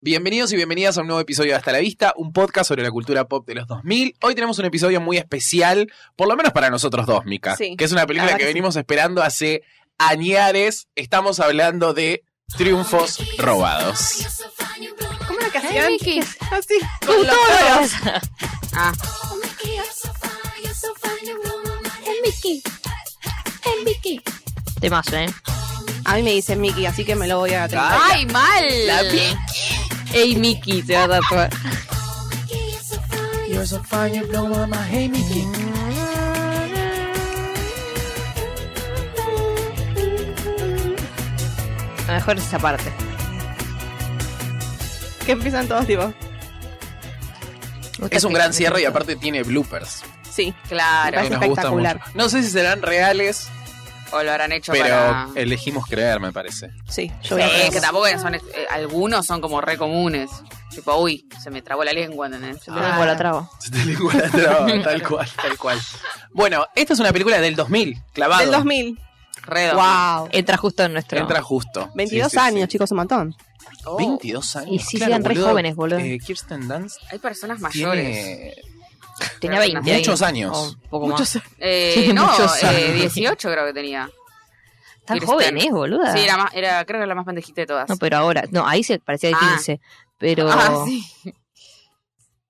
Bienvenidos y bienvenidas a un nuevo episodio de Hasta la Vista, un podcast sobre la cultura pop de los 2000. Hoy tenemos un episodio muy especial, por lo menos para nosotros dos, Mika, Sí, que es una película la verdad que que sí. venimos esperando hace añares. Estamos hablando de triunfos robados. ¿Cómo la Ay, canción? Vicky. Así. Con los coros. Ah. El Mickey. El Mickey. Temazo, ¿eh? A mí me dicen Mickey, así que me lo voy a Ah, tatuar. ¡Ay, mal! La ¡Ey, Mickey! Se va a tatuar. A lo mejor es esa parte. Que empiezan todos tipo. Mm, Es un gran cierre y aparte tiene bloopers. Sí. Claro, que Parece nos gusta mucho. espectacular. No sé si serán reales, o lo habrán hecho pero para... elegimos creer, me parece. Sí, yo Sí, voy a ver. que tampoco son... eh, algunos son como re comunes. Tipo, uy, se me trabó la lengua, ¿entendés? Yo tengo Ah. la traba. Se te lengua la traba, tal cual, tal cual. Bueno, esta es una película del 2000, clavado. Del 2000. Redo. Wow. Ah. Entra justo en nuestro. Entra justo. 22 Sí, sí, sí. años, chicos, un montón. Oh. 22 años. Y sí, eran re boludo. jóvenes, boludo. Eh, Kirsten Dunst Hay personas mayores. tiene Tenía 20. ahí. muchos años. O un poco más. Eh, Tiene no, muchos eh, años. 18 creo que tenía. Tan Kirsten. joven, ¿eh, boluda? Sí, era, más, era creo que era la más pendejita de todas. No, pero ahora. No, ahí se parecía de Ah. 15. Pero. Ah, sí. Sí,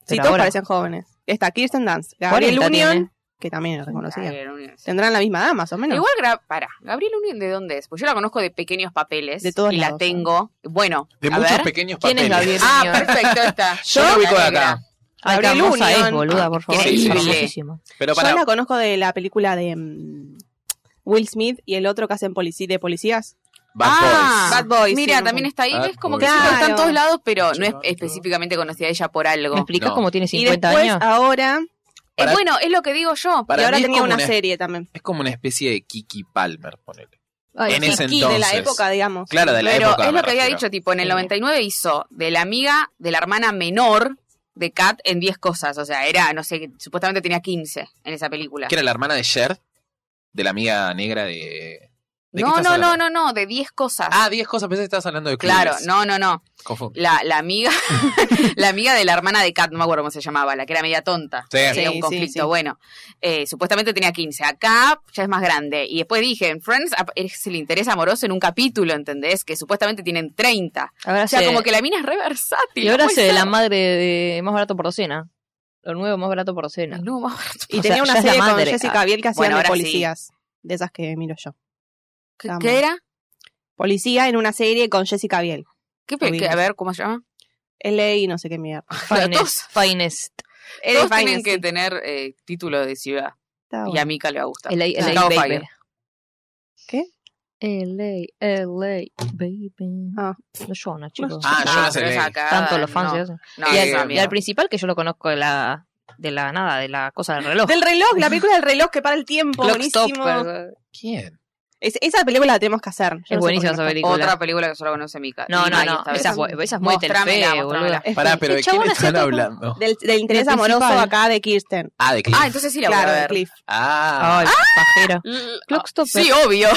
Pero todos ahora. parecen jóvenes. Está Kirsten Dance, Gabriel 40 Union, tiene. que también lo reconocía. Gabriel Union, sí. Tendrán la misma edad, más o menos. Igual, gra- para, Gabriel Union, ¿de dónde es? Pues yo la conozco de pequeños papeles. De todos Y lados, la tengo. Bueno, De a muchos ver. pequeños ¿Quién es papeles. Gabriel? Ah, Union? perfecto, está. Yo la ubico de acá. Ay, qué Gabriel hermosa Union. es, boluda, por favor. Es Increíble. hermosísima. Pero Yo para la conozco de la película de mm, Will Smith y el otro que hacen policía de policías. Bad Ah, Boys. Bad Boys, Mira, sí. también está ahí. Bad es como Boys. que siento que está Claro. en todos lados, pero no es Bad específicamente conocida ella por ¿Me algo. explicas No. cómo tiene Y 50 después, ah, años? ahora, Eh, Para- bueno, es lo que digo yo. Para y ahora mí es tenía como una una- serie también. Es como una especie de Kiki Palmer, ponele. Ay, en ese Kiki. entonces. de la época, digamos. Claro, de la pero época. es me lo que había refiero. dicho, tipo, en el 99 hizo de la amiga, de la hermana menor de Kat en 10 cosas. O sea, era, no sé, supuestamente tenía 15 en esa película. Que era la hermana de Cher, de la amiga negra de. ¿de qué No, estás no, hablando? no, no, no, de 10 cosas. Ah, 10 cosas, pensé que estabas hablando de claro, Clueless. no, no, no. Confundo. La, la amiga la amiga de la hermana de Kat, no me acuerdo cómo se llamaba, la que era media tonta. Sí. Era Sí, sí, un conflicto. sí. Bueno, eh, supuestamente tenía 15. Acá ya es más grande. Y después dije, en Friends ap- es el interés amoroso en un capítulo, ¿entendés? Que supuestamente tienen 30. Ahora O sea, se- como que la mina es re Y versátil. no ahora puede se de ser. la madre de más barato por docena. Lo nuevo más barato por docena. No, más- Y tenía O sea, una ya es la serie con madre. Jessica Biel que hacían Bueno, de ahora sí. policías. De esas que miro yo. ¿Qué, Vamos. qué era? Policía en una serie con Jessica Biel. ¿Qué pe- Ubico. qué- a ver, ¿cómo se llama? L.A. y no sé qué mierda. Finest. todos- Finest. Era Todos tienen Finest, que sí. tener eh, título de ciudad. Ah, Está Y bueno. a Mika le va a gustar. LA, LA, Chicago baby. Fire. ¿Qué? LA, LA, baby. Ah. No llora, chicos. Ah, yo no pero sé. esa acá, Tanto los fans. Ah, No, ¿sí? no, y, esa eh, es una al, y mierda. al principal que yo lo conozco de la, de la nada, de la cosa del reloj. Del reloj, la película del reloj que para el tiempo. buenísimo. Clockstopper. ¿Quién? Es- esa película la tenemos que hacer. Yo no sé Es por buenísima qué esa no está. película. Otra película que solo conoce Mika. No, Y no, Mike no. esta vez. Esa, es- esa es muy Mostrámela, telefe, mostrámela. boludo. Es- Pará, pero el ¿de quién chabón están hacía todo hablando? Del, del interés La amoroso principal. acá de Kirsten. Ah, de Cliff. Ah, entonces sí la voy claro, a de ver. Cliff. Ah, Ay, pajera. L- ah, Clockstopper. Sí, obvio.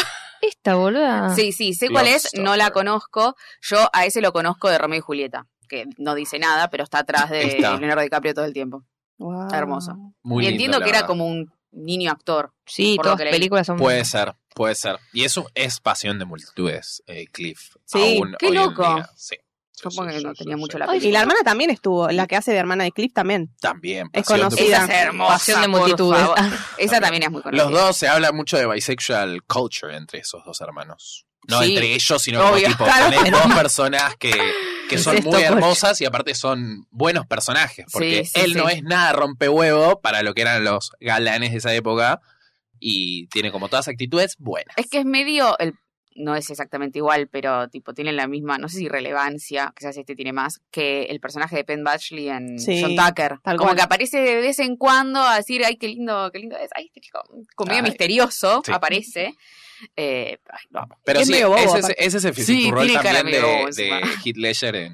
Esta, boluda. Sí, sí, sé cuál es, no la Clockstopper. conozco. Yo a ese lo conozco de Romeo y Julieta, que no dice nada, pero está atrás de Está. Leonardo DiCaprio todo el tiempo. Ah. Wow. Hermoso. muy y lindo, entiendo la que era verdad. como un niño actor. Sí, Por lo todas que leí. películas son. Puede ser, puede ser. Y eso es pasión de multitudes, eh, Cliff. Sí, aún qué hoy en loco. día. Sí. Sí, Supongo sí, que sí, no sí, tenía sí. mucho la Y película. la hermana también estuvo, la que hace de hermana de Cliff también. También. Es pasión de conocida. Esa multitudes. es hermosa. Pasión de por multitudes. favor. Esa también es muy conocida. Los dos se habla mucho de bisexual culture entre esos dos hermanos. No Sí. entre ellos, sino como Obvio, tipo claro. tenés dos personas que, que Es son esto, muy pues. hermosas y aparte son buenos personajes. Porque Sí, sí, él no sí. es nada rompehuevo para lo que eran los galanes de esa época. Y tiene como todas actitudes buenas. Es que es medio, el, no es exactamente igual, pero tipo tienen la misma, no sé si relevancia, quizás este tiene más, que el personaje de Penn Badgley en Sí, John Tucker. tal Como cual. que aparece de vez en cuando a decir, ay, qué lindo, qué lindo es, ay, este chico, como medio Ay, misterioso, sí. aparece. Eh, ay, lo amo. Pero Es sí, medio bobo, ese, es- aparte. ese es el Sí, rol tiene cara también de, medio bobo de encima. Heath Ledger en,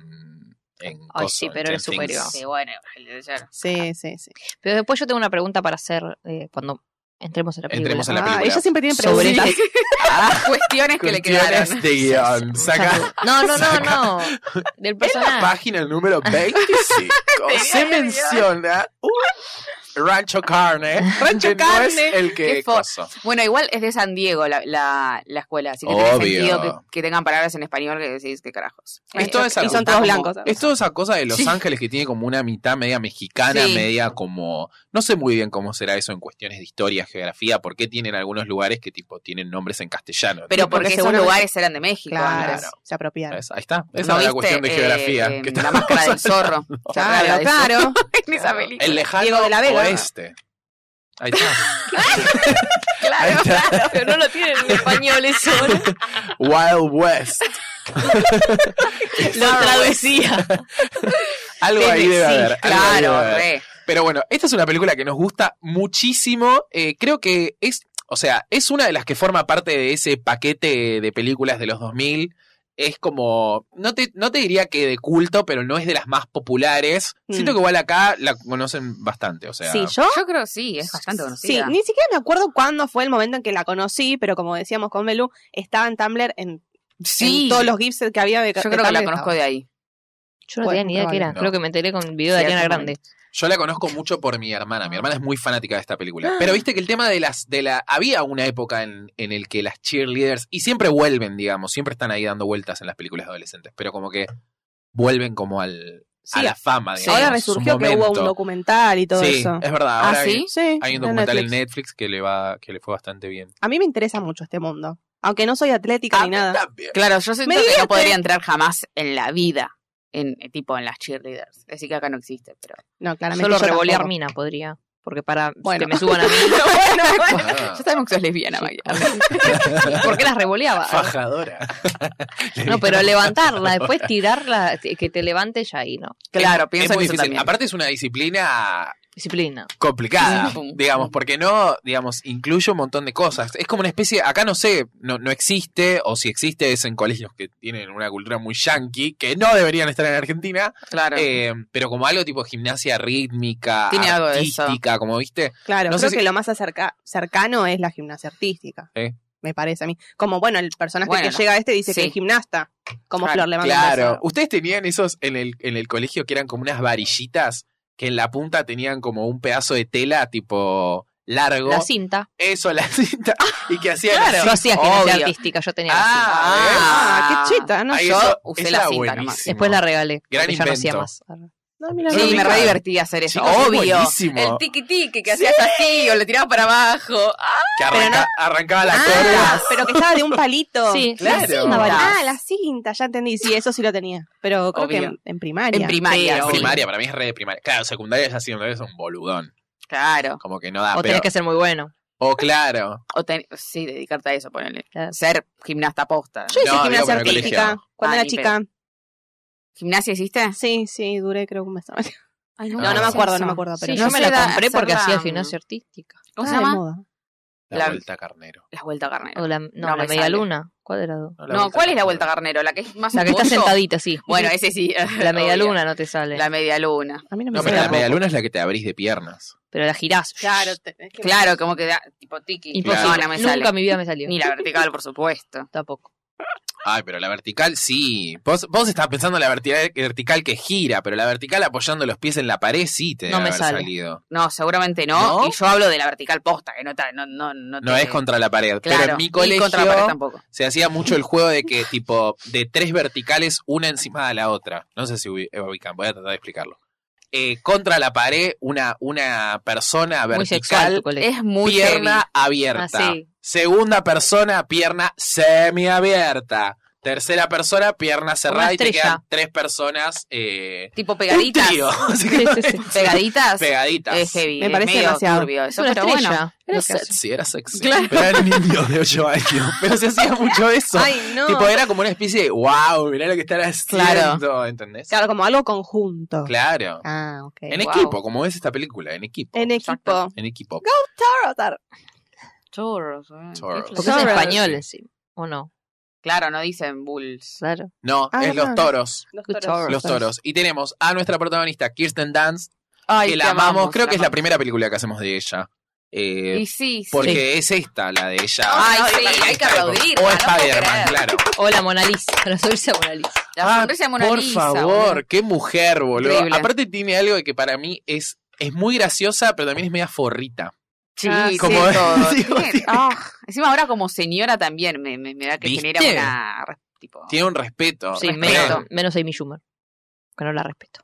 en Ay, Coso, sí, pero en es Things. superior. Sí, bueno, el de ayer. Sí, sí, sí. Pero después yo tengo una pregunta para hacer eh, cuando Entremos en la película. Entremos en la Ah, película. ella siempre tiene Sobre- preguntas. cuestiones que le Cuestiones quedaron. de guión. Saca No, no, no, Saca. no. en Del la personaje. página número 25. se Tenía el guión. menciona un rancho carne. Rancho que No es Carne, el que qué fo- coso. Bueno, igual es de San Diego la, la, la escuela, así que tiene Obvio. sentido que, que tengan palabras en español que decís qué carajos. Es toda Eh, esa- y son todos blancos. Es toda esa cosa de Los Sí. Ángeles que tiene como una mitad media mexicana, Sí. media como. No sé muy bien cómo será eso en cuestiones de historia, geografía, por qué tienen algunos lugares que tipo tienen nombres en castellano. Pero ¿entiendes? porque, Porque esos seguramente- lugares eran de México. Claro, antes. se apropiaron. ¿Ves? Ahí está. Esa ¿No era la viste, cuestión de eh, geografía. eh, que la estábamos máscara del hablando. zorro. Claro, claro. En esa película. El lejano pues, Diego de la Vega. oeste. Ahí está. Ahí Claro, está. claro. Pero no lo tienen en español eso. Wild West. Lo traducía. Algo ahí debe haber. algo ahí debe Claro, haber. re. Pero bueno, esta es una película que nos gusta muchísimo. Eh, creo que es, o sea, es una de las que forma parte de ese paquete de películas de los 2000. Es como, no te, no te diría que de culto, pero no es de las más populares. Mm. Siento que igual acá la conocen bastante, o sea. sí, yo Yo creo que sí, es bastante Sí, conocida. ni siquiera me acuerdo cuándo fue el momento en que la conocí, pero como decíamos con Belu, estaba en Tumblr, en, Sí, en todos los gifs que había de yo creo que la conozco de ahí. Yo no tenía ni idea qué era. No. Creo que me enteré con el video de Sí, Ariana algún Grande. Yo la conozco mucho por mi hermana. Mi hermana es muy fanática de esta película. Ah. Pero viste que el tema de las. de la Había una época en, en el que las cheerleaders. Y siempre vuelven, digamos. Siempre están ahí dando vueltas en las películas adolescentes. Pero como que vuelven como al, a la fama, Sí, digamos. ahora es un resurgió que hubo momento. un documental y todo sí, eso. es verdad. ¿Ah, Ahora hay- sí? Sí, hay, un en documental Netflix. en Netflix que le va que le fue bastante bien. Ah, A mí me interesa mucho este mundo, aunque no soy atlética ni nada. Claro, yo siento Me que no divierte. podría entrar jamás en la vida, en eh, tipo en las cheerleaders. Así que acá no existe, pero. No, claramente Solo yo revolear tampoco. mina podría. Porque para Bueno. que me suban a mí. bueno, bueno. Ah. Ya sabemos que sos lesbiana, Maggie. ¿Por qué las revoleaba? Fajadora. No, pero levantarla, después tirarla, que te levante ya ahí, ¿no. Claro, es pienso muy en eso difícil. también. Aparte es una disciplina Disciplina. complicada, Pum. digamos, porque no, digamos, incluye un montón de cosas. Es como una especie, acá no sé, no, no existe, o si existe es en colegios que tienen una cultura muy yankee, que no deberían estar en Argentina, Claro. eh, pero como algo tipo gimnasia rítmica, Tiene algo de eso. artística, como viste. Claro, No sé creo si- que lo más acerca- cercano es la gimnasia artística. Sí. Me parece a mí. Como, bueno, el personaje Bueno, que llega a este dice sí. que es gimnasta. Como Claro, Flor le manda un Claro, beso. ustedes tenían esos en el, en el colegio que eran como unas varillitas que en la punta tenían como un pedazo de tela tipo largo, La cinta. eso, la cinta, y que hacían Ah, Claro. así. Ah, Yo hacía gimnasia obvio. artística, yo tenía la cinta. Ah, qué cheta, ¿no? Ahí yo eso- usé esa la era cinta nomás. buenísimo. Después la regalé. Gran porque ya no hacía invento. más. No, mira, Yo vi Sí, me cada- re divertía hacer eso, Chicos, es obvio. buenísimo. El tiki tiki que hacías así o le tirabas para abajo. Ah, Que arranca- arrancaba la Ah, cola. pero que estaba de un palito. Sí, Claro. la cinta, Ahora, ¿verdad? Ah, la cinta, ya entendí. Sí, eso sí lo tenía. Pero creo que Obvio. en, en primaria. en primaria. En sí. primaria, para mí es re de primaria. Claro, secundaria ya secundaria es un boludón. Claro. Como que no da. O Ah, pero- tenés que ser muy bueno. O claro. O ten- sí, dedicarte a eso, ponerle. Claro. Ser gimnasta posta. Yo hice No, digo, gimnasia pero en el artística colegio. cuando Ah, era ni chica. ¿Gimnasia hiciste? Sí, sí, duré creo que un mes. no no, me no me hagas acuerdo, no me acuerdo. Pero Sí, no yo sé me la da- compré porque hacerla, hacía mm, gimnasia artística. ¿Cómo se Ah, de llama? moda. La, La- vuelta carnero. La vuelta carnero. O la, no, No la me media sale. luna. ¿Cuál era? No, la No, ¿cuál es la vuelta carnero? carnero? La que es más La que está bollo? sentadita, sí. Bueno, ese sí. La media obvio. luna no te sale. La media luna. A mí No, me pero la sale. media luna es la que te abrís de piernas. Pero la girás. Claro, tenés que- Claro, como que da tipo tiki. Imposible. No, no me sale. Nunca en mi vida me salió. Ni la vertical, por supuesto. Tampoco. Ay, pero la vertical sí. Vos, vos estabas pensando en la vertical, vertical que gira, pero la vertical apoyando los pies en la pared sí te No debe me haber sale. salido. No, seguramente no. ¿No? Y yo hablo de la vertical posta, que no ta- no, no, no, No te- es contra la pared. Claro, Pero en mi y colegio contra la pared tampoco. se hacía mucho el juego de que, tipo, de tres verticales, una encima de la otra. No sé si ubi- eh, ubican, voy a tratar de explicarlo. Eh, contra la pared, una, una persona Muy sexual tu vertical, colegio. Es muy pierna heavy. abierta. Ah, sí. Segunda persona, pierna semiabierta. Tercera persona, pierna cerrada. Y te estrella. quedan tres personas eh, Tipo un pegaditas. trío, Sí, sí, sí. Pegaditas. pegaditas. Es heavy. Me es parece medio demasiado. turbio eso, Es una pero estrella. bueno. lo que Era hace. sexy, era sexy. Claro. Pero era un niño de 8 años. Pero se hacía mucho eso. Ay, no. Tipo, era como una especie de wow, mirá lo que están haciendo, ¿entendés? Claro, como algo conjunto. Claro. Ah, ok. En Wow. equipo, como es esta película, en equipo. En equipo. En equipo. Chorros. eh. Chorros. Porque es en Sorry. español, encima. ¿O no? Claro, no dicen bulls. Claro. No, Ah, es los no. toros. Good toros. Los toros. Y tenemos a nuestra protagonista, Kirsten Dunst, Ay, que te la amamos. Creo te que es la amamos. primera película que hacemos de ella. Eh, Y sí, sí. porque es esta la de ella. Ay, Es sí, esta hay que época. aplaudirla, O no Spider-Man, puedo claro. O la Mona Lisa, la sonrisa de Mona Lisa. La Ah, sonrisa de Mona Por Lisa, favor, boludo. qué mujer, boludo. Increíble. Aparte tiene algo de que para mí es, es muy graciosa, pero también es media forrita. Sí, Ah, sí, como- todo. digo, Tiene- ah, encima ahora como señora también me, me, me da que ¿Viste? genera una re- tipo. Tiene un respeto. Sí, Respeto. ¿Eh? menos, menos Amy Schumer. Que no la respeto.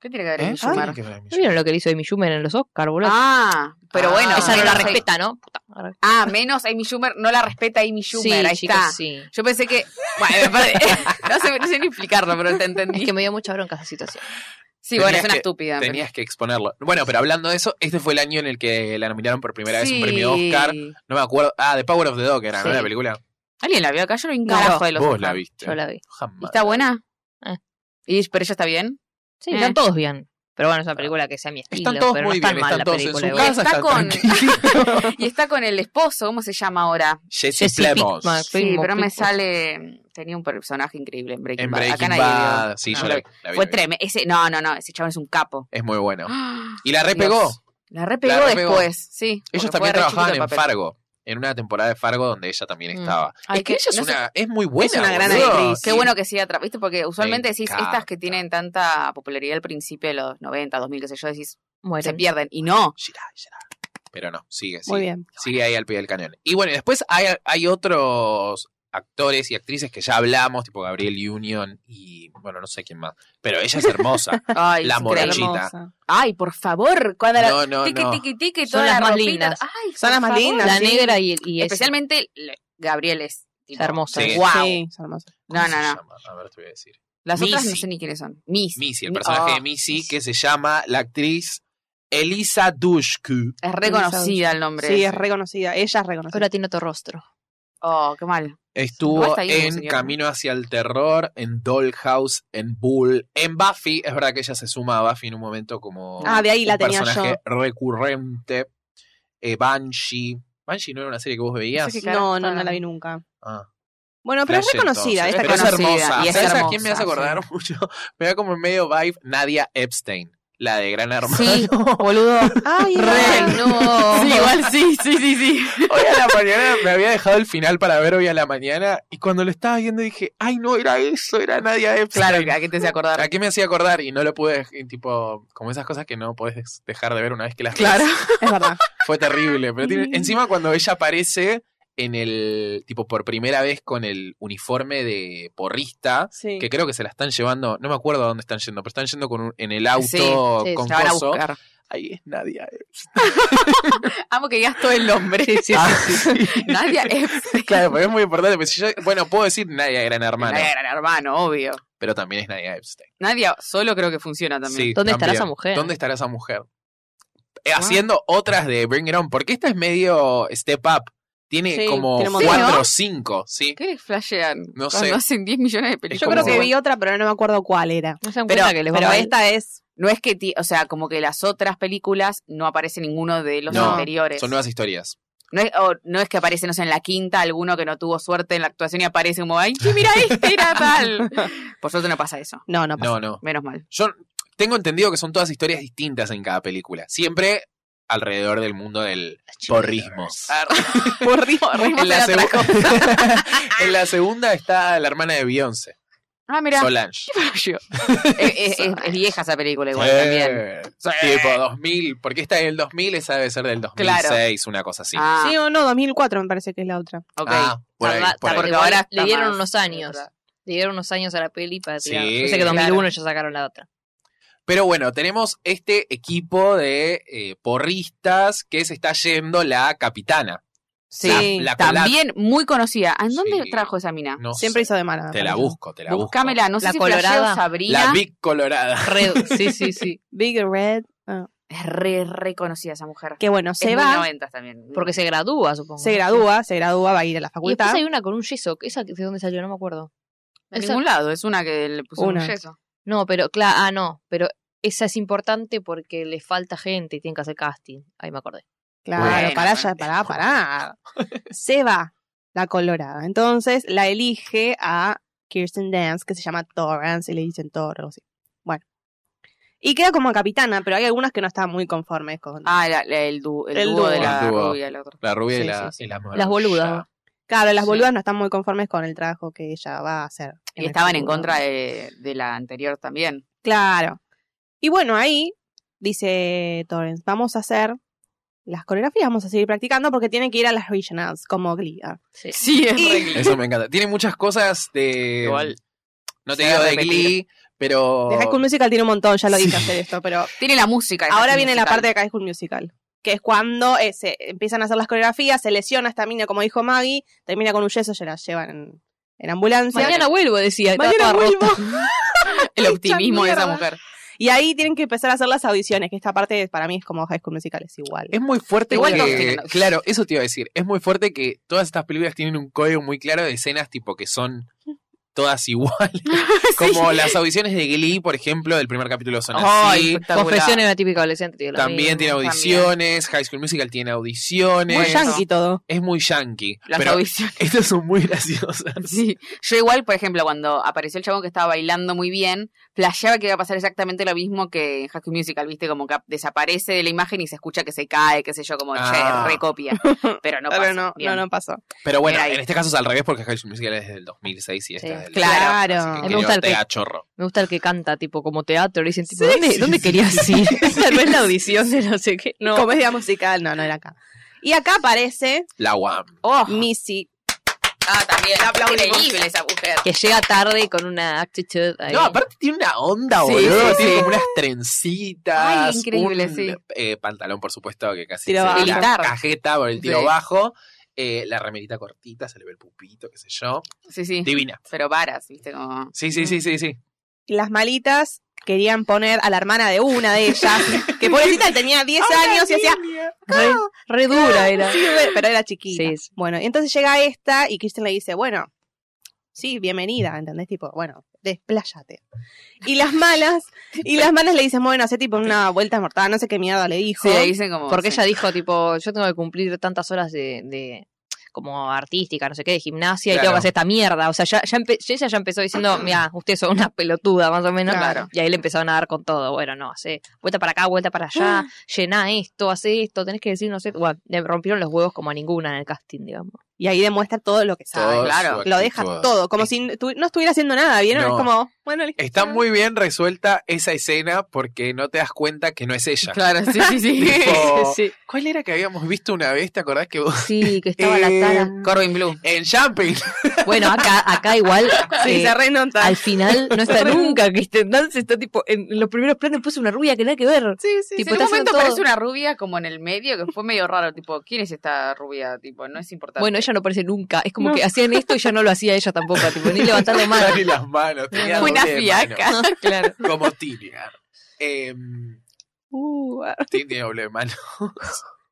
¿Qué tiene que ver ¿Eh? Amy Schumer? Sí, que para mí ¿No vieron lo que le hizo Amy Schumer en los Oscar, boludo? Ah, pero Ah, bueno. Esa no la menos- respeta, ¿no? Puta madre. Ah, menos Amy Schumer, no la respeta Amy Schumer, ahí chicos, está. sí. Yo pensé que. Bueno, me parece- no, sé, no sé ni explicarlo, pero te entendí. Es que me dio mucha bronca esa situación. sí, bueno, Tenías es una que- estúpida. pero- Tenías que exponerlo. Bueno, pero hablando de eso, este fue el año en el que la nominaron por primera vez a un Sí. premio Oscar. No me acuerdo. Ah, The Power of the Dog era, ¿no? Sí. La película. ¿Alguien la vio acá? Yo no vi un No, carajo de los Vos Oscar. la viste. Yo la vi. ¿Y Jamás. está buena? Ah. ¿Y, ¿Pero ella está bien? Sí, Eh. están todos bien. Pero bueno, es una película que sea mi estilo. Están todos pero muy no está bien, mal están la todos en película. su igual. casa. Está están con- tranquilos. Y está con el esposo, ¿cómo se llama ahora? Jesse Jesse Plemons. Pinkman. Sí, Pitbull, pero me Pitbull. sale. mm, Tenía un personaje increíble en Breaking En Bad. Acá Breaking nadie Bad. vio. Sí, No. yo la vi. la vi, Fue la vi. tremendo. Ese, no, no, no, ese chabón es un capo. Es muy bueno. ¡Ah! Y la repegó. Dios. La repegó La repegó. después, sí. Ellos porque fue también re trabajaban chiquito en el papel. Fargo. En una temporada de Fargo donde ella también Mm. estaba. Ay, es que qué- ella es, no sé- una, es muy buena. es una gran boludo. actriz. Qué Sí. bueno que siga atrás, ¿viste? Porque usualmente Me decís, encanta. estas que tienen tanta popularidad al principio de los 90, 2000, qué sé yo, decís, se Mueren. pierden. Y no. Gerard, Gerard. Pero no, sigue, sigue. Muy bien. Sigue ahí al pie del cañón. Y bueno, y después hay, hay otros actores y actrices que ya hablamos, tipo Gabriel Union y bueno, no sé quién más. Pero ella es hermosa. Ay, La es increíble. morochita. Hermosa. Ay, por favor, cuando la No, no, tiqui, no. tiqui, tiqui, Son toda las la más ropita. lindas. Ay, Son por las más favor. lindas, La sí. negra y, y esa. Especialmente le- Gabriel es tipo, hermosa. Sí. Wow. Sí, es hermosa. No, ¿Cómo no, se no. llama? A ver, te voy a decir. Las otras no Missy. sé ni quiénes son. Miss. Missy, el personaje Oh, de Missy, que se llama la actriz Elisa Dushku. Es reconocida el nombre. Sí, es ese. reconocida. Ella es reconocida. Ahora tiene otro rostro. Oh, qué mal. Estuvo Basta ahí, en señora. Camino hacia el Terror, en Dollhouse, en Bull, en Buffy. Es verdad que ella se suma a Buffy en un momento como Ah, de ahí la un tenía personaje yo. recurrente. Eh, Banshee. Banshee no era una serie que vos veías. Sí, claro, No, no, todas no la las- vi nunca. Ah, Bueno, pero es flash entonces. reconocida. Esta pero es conocida. conocida, hermosa. y es ¿Sabes a quién me hace hermosa, acordar mucho? Me da como medio vibe Nadia Epstein, la de Gran Hermano. Sí, Boludo. Ay, Re, ay. no. Sí, igual sí, sí, sí, sí. Hoy a la mañana me había dejado el final para ver hoy a la mañana y cuando lo estaba viendo dije, ay no, era eso, era Nadia Epstein. Claro, que a qué te hace acordar. ¿A qué me hacía acordar? Y no lo pude, y tipo, como esas cosas que no podés dejar de ver una vez que las ves. Claro. Es verdad. Fue terrible. Pero tiene- encima cuando ella aparece en el, tipo, por primera vez con el uniforme de porrista, Sí. que creo que se la están llevando, no me acuerdo a dónde están yendo, pero están yendo con un- en el auto Sí, sí, con La van a coso. buscar. Ahí es Nadia eh. Epstein. Amo que digas todo el nombre. Ah, sí. Nadia es. Claro, pero es muy importante. porque si yo- bueno, puedo decir Nadia Gran Hermano, Nadia era el hermano, obvio. pero también es Nadia Epstein. Nadia solo creo que funciona también. Sí, ¿Dónde estará también. esa mujer? ¿Dónde estará esa mujer? Eh, Haciendo otras de Bring It On, porque esta es medio step up. Tiene Sí, como tiene un montón. cuatro Sí, ¿no? o cinco, ¿sí? ¿Qué flashean? No Cuando sé. hacen 10 millones de películas. Es Yo como- creo que vi otra, pero no me acuerdo cuál era. No se dan Pero- cuenta que les va Pero mal. esta es. No es que, ti- o sea, como que las otras películas no aparece ninguno de los No, anteriores. Son nuevas historias. No es, o no es que aparece, no sé, en la quinta alguno que no tuvo suerte en la actuación y aparece como, ay, che, mira este, era tal. Por suerte no pasa eso, No, no pasa. No, no. menos mal. Yo tengo entendido que son todas historias distintas en cada película. Siempre alrededor del mundo del porrismo. Ah, Por Dios, En la, hacer otra cosa. segunda- en la segunda está la hermana de Beyoncé, Ah, mira, Solange. es, es- es- es vieja esa película igual también. Eh, Tipo 2000, porque esta es del 2000, esa debe ser del 2006, una cosa así. Ah, Sí o no, 2004 me parece que es la otra. ok. Ah, por ahí, Tarda- por ahí. tarda- Porque igual ahora le está dieron más, unos es años. verdad. Le dieron unos años a la peli para Sí, tirar. Yo sé que 2001 ya sacaron la otra. Pero bueno, tenemos este equipo de eh, porristas que se está yendo la capitana. Sí, la, la colada. También muy conocida. ¿En dónde Sí. trajo esa mina? No Siempre sé. hizo de mala. me Te la parece. busco, te la busco. Buscámela, no sé La si flasheo colorada. Sabrina. La Big Colorada. Re- sí, sí, sí. Big Red. ah, Es re, re conocida esa mujer. Que bueno, se es muy va, 90 también. Porque se gradúa, supongo. se gradúa, se gradúa, va a ir a la Y después facultad. hay una con un yeso. ¿Esa de dónde salió? No me acuerdo. En Esa- ningún lado, es una que le pusieron Una. un yeso. No, pero, claro, ah, no. Pero esa es importante porque le falta gente y tienen que hacer casting. Ahí me acordé. Claro, Bueno, pará, ya, bueno. pará, pará. Se va la colorada. Entonces la elige a Kirsten Dance, que se llama Torrance, y le dicen Thor, algo así. Bueno. Y queda como capitana, pero hay algunas que no están muy conformes con. Ah, la- la- el, dúo- el El dúo de dúo. la El dúo. rubia, la otra. La rubia y Sí, la, sí, sí. y la Las boludas. claro, las sí. boludas no están muy conformes con el trabajo que ella va a hacer. Y estaban en este contra contra de, de la anterior también. Claro. Y bueno, ahí dice Torrens, vamos a hacer las coreografías, vamos a seguir practicando porque tienen que ir a las regionals, como Glee. ah. Sí. Sí, es Y- re glee. Eso me encanta. Tiene muchas cosas de. Igual. No te Se digo va a de repetir. Glee, pero. De High School Musical tiene un montón, ya lo dije hacer esto, pero Tiene la música. Oh. de ahora High viene la Musical. parte de High School Musical, que es cuando eh, se empiezan a hacer las coreografías, se lesiona esta mina, como dijo Maggie, termina con un yeso, se la llevan en, en ambulancia. Mañana vuelvo, decía. estaba Mañana toda rota. vuelvo. El optimismo de esa mierda. mujer. Y ahí tienen que empezar a hacer las audiciones, que esta parte para mí es como High School Musical, es igual. Es muy fuerte Igual que- no tiene- Claro, eso te iba a decir. Es muy fuerte que todas estas películas tienen un código muy claro de escenas tipo que son todas iguales. Como las audiciones de Glee, por ejemplo, del primer capítulo son Ay, así. espectacular. Confesión era típica adolescente. digo, lo También tiene mismo. audiciones, High School Musical tiene audiciones. Muy yankee todo. Es muy yankee. Las pero audiciones. estas son muy graciosas. Sí. Yo igual, por ejemplo, cuando apareció el chabón que estaba bailando muy bien, flasheaba que iba a pasar exactamente lo mismo que en High School Musical, viste, como que desaparece de la imagen y se escucha que se cae, qué sé yo, como, Ah. che, recopia. Pero no Pero pasa. no, Bien. no, no pasó. Pero bueno, Mira ahí. en este caso es al revés porque High School Musical es del 2006 y esta Sí. es del Claro. así Claro. que Me gusta creo el te que- da chorro. Me gusta el que canta, tipo, como teatro. Le dicen, tipo, Sí, ¿dónde, sí, dónde sí. querías ir? Esta no es la audición de no sé qué. No. Comedia musical, no, no era acá. Y acá aparece La UAM. Oh, Missy. ah, también. La aplaudimos. Increíble esa mujer. Que llega tarde con una actitud ahí. No, aparte tiene una onda, Sí, boludo. sí, tiene sí. como unas trencitas. Ay, increíble, un, sí. eh, pantalón, por supuesto, que casi Tiro se bajo. ve la Militar. cajeta por el tiro Sí. bajo. eh, la remerita cortita, se le ve el pupito, qué sé yo. Sí, sí. Divina. Pero varas, viste, como. Sí, sí, sí, sí, sí. Las malitas querían poner a la hermana de una de ellas, que pobrecita tenía 10 años y hacía... re, re dura era. Sí, re- pero era chiquita. Sí, sí. Bueno, y entonces llega esta y Kristen le dice, bueno, sí, bienvenida, ¿entendés? Tipo, bueno, despláyate. Y las malas, y las malas le dicen, bueno, hace tipo una vuelta mortal, no sé qué mierda le dijo. Sí, le dicen como. Porque sí. ella dijo, tipo, yo tengo que cumplir tantas horas de, de- como artística, no sé qué, de gimnasia, y Claro. tengo que hacer esta mierda. O sea, ya, ya empe- ella ya empezó diciendo, mira, usted son una pelotuda, más o menos. Claro. Y ahí le empezaron a dar con todo. Bueno, no, hace vuelta para acá, vuelta para allá, llená esto, hace esto, tenés que decir, no sé. Bueno, le rompieron los huevos como a ninguna en el casting, digamos. Y ahí demuestra todo lo que sabe. Todo Ah, claro, su Lo deja actitud. todo, como Es- si tu- no estuviera haciendo nada, ¿vieron? No. Es como, bueno, listo. Está muy bien resuelta esa escena porque no te das cuenta que no es ella. Claro, sí, sí, sí. Tipo, Sí, ¿Cuál era que habíamos visto una vez? ¿Te acordás que vos? Sí, que estaba la Eh, cara. Corbin Blue. En Jumping. Bueno, acá, acá igual. Sí, eh, se renota. al final no está nunca Kristen Dunst, está tipo en los primeros planos puso una rubia que nada que ver. Sí, sí, Tipo, está en un momento haciendo todo. aparece una rubia como en el medio que fue medio raro, tipo, ¿quién es esta rubia? Tipo, no es importante. Bueno, ella no aparece nunca. Es como No. que hacían esto y ya no lo hacía ella tampoco, tipo, ni levantando mano. Ni las manos. Tenía Fue una doble de mano, fiaca. claro. Como Tinian. Em, Uh, ah. Tin tiene doble de mano.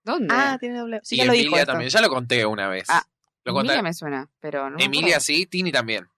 ¿Dónde? ah, tiene doble. Sí, y ya lo dijo. Emilia esto. también. Ya lo conté una vez. Ah, lo conté. Emilia me suena, pero no. me Emilia acuerdo. sí, Tini también.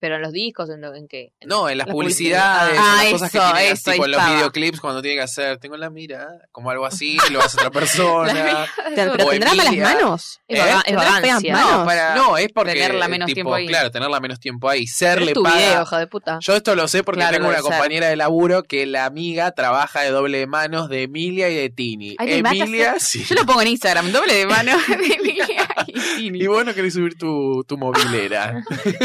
Pero en los discos, en, lo- en qué. No, en las, Las publicidades, en publicidades. Ah, las cosas que eso, tiene, eso, tipo ahí en los estaba. videoclips cuando tiene que hacer, tengo la mirada, como algo así, lo hace otra persona. Pero O tendrá malas Emilia. manos. Es, ¿Eh? vaga- es ¿Tendrá feas vagancia. manos? No, para. No, es porque Tenerla menos tipo, tiempo ahí. claro, tenerla menos tiempo ahí, Pero serle es tu paga. video, hija de puta. Yo esto lo sé porque Claro, tengo una debe ser. compañera de laburo que la amiga trabaja de doble de manos de Emilia y de Tini. Ay, me mata Emilia, sí. Yo lo pongo en Instagram, doble de mano de Emilia y Y Tini. vos no querés subir tu, tu movilera.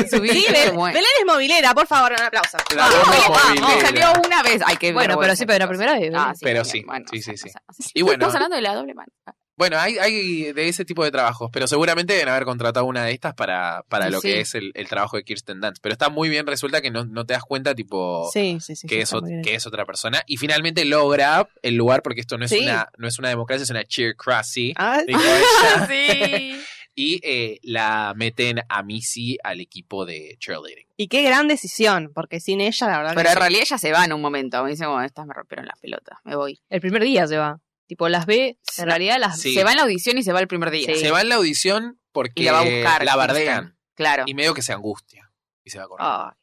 Subí Sí, Bel- esto como- Belén es movilera, por favor, un aplauso. La Ah, doble oye, vamos, movilera. salió una vez. Ay, qué Eh, Bueno, pero vergüenza, sí, pero la chicos. primera vez. Ah, sí, Pero bien, sí, sí, sí, sí. o sea, Y bueno. Estamos hablando de la doble mano. Ah, Bueno, hay, hay de ese tipo de trabajos, pero seguramente deben haber contratado una de estas para, para Y lo sí. que es el, el trabajo de Kirsten Dunst. Pero está muy bien resuelta que no, no te das cuenta, tipo, Sí, sí, Oh, sí. que, sí, es está ot- muy bien. que es otra persona. Y finalmente logra el lugar, porque esto no es, Sí. una, no es una democracia, es una cheercracy. Ah, dijo ella. Sí. y eh, la meten a Missy al equipo de cheerleading. y qué gran decisión, porque sin ella, la verdad. Pero que en realidad ella se va en un momento. Me dice, bueno, estas me rompieron las pelotas, me voy. El primer día se va. Tipo, las ve, Sí. en realidad las Sí. Se va en la audición y se va el primer día. Sí. Se va en la audición porque Y la va a buscar. la Kristen. bardean Claro. y medio que se angustia y se va a correr. Ah,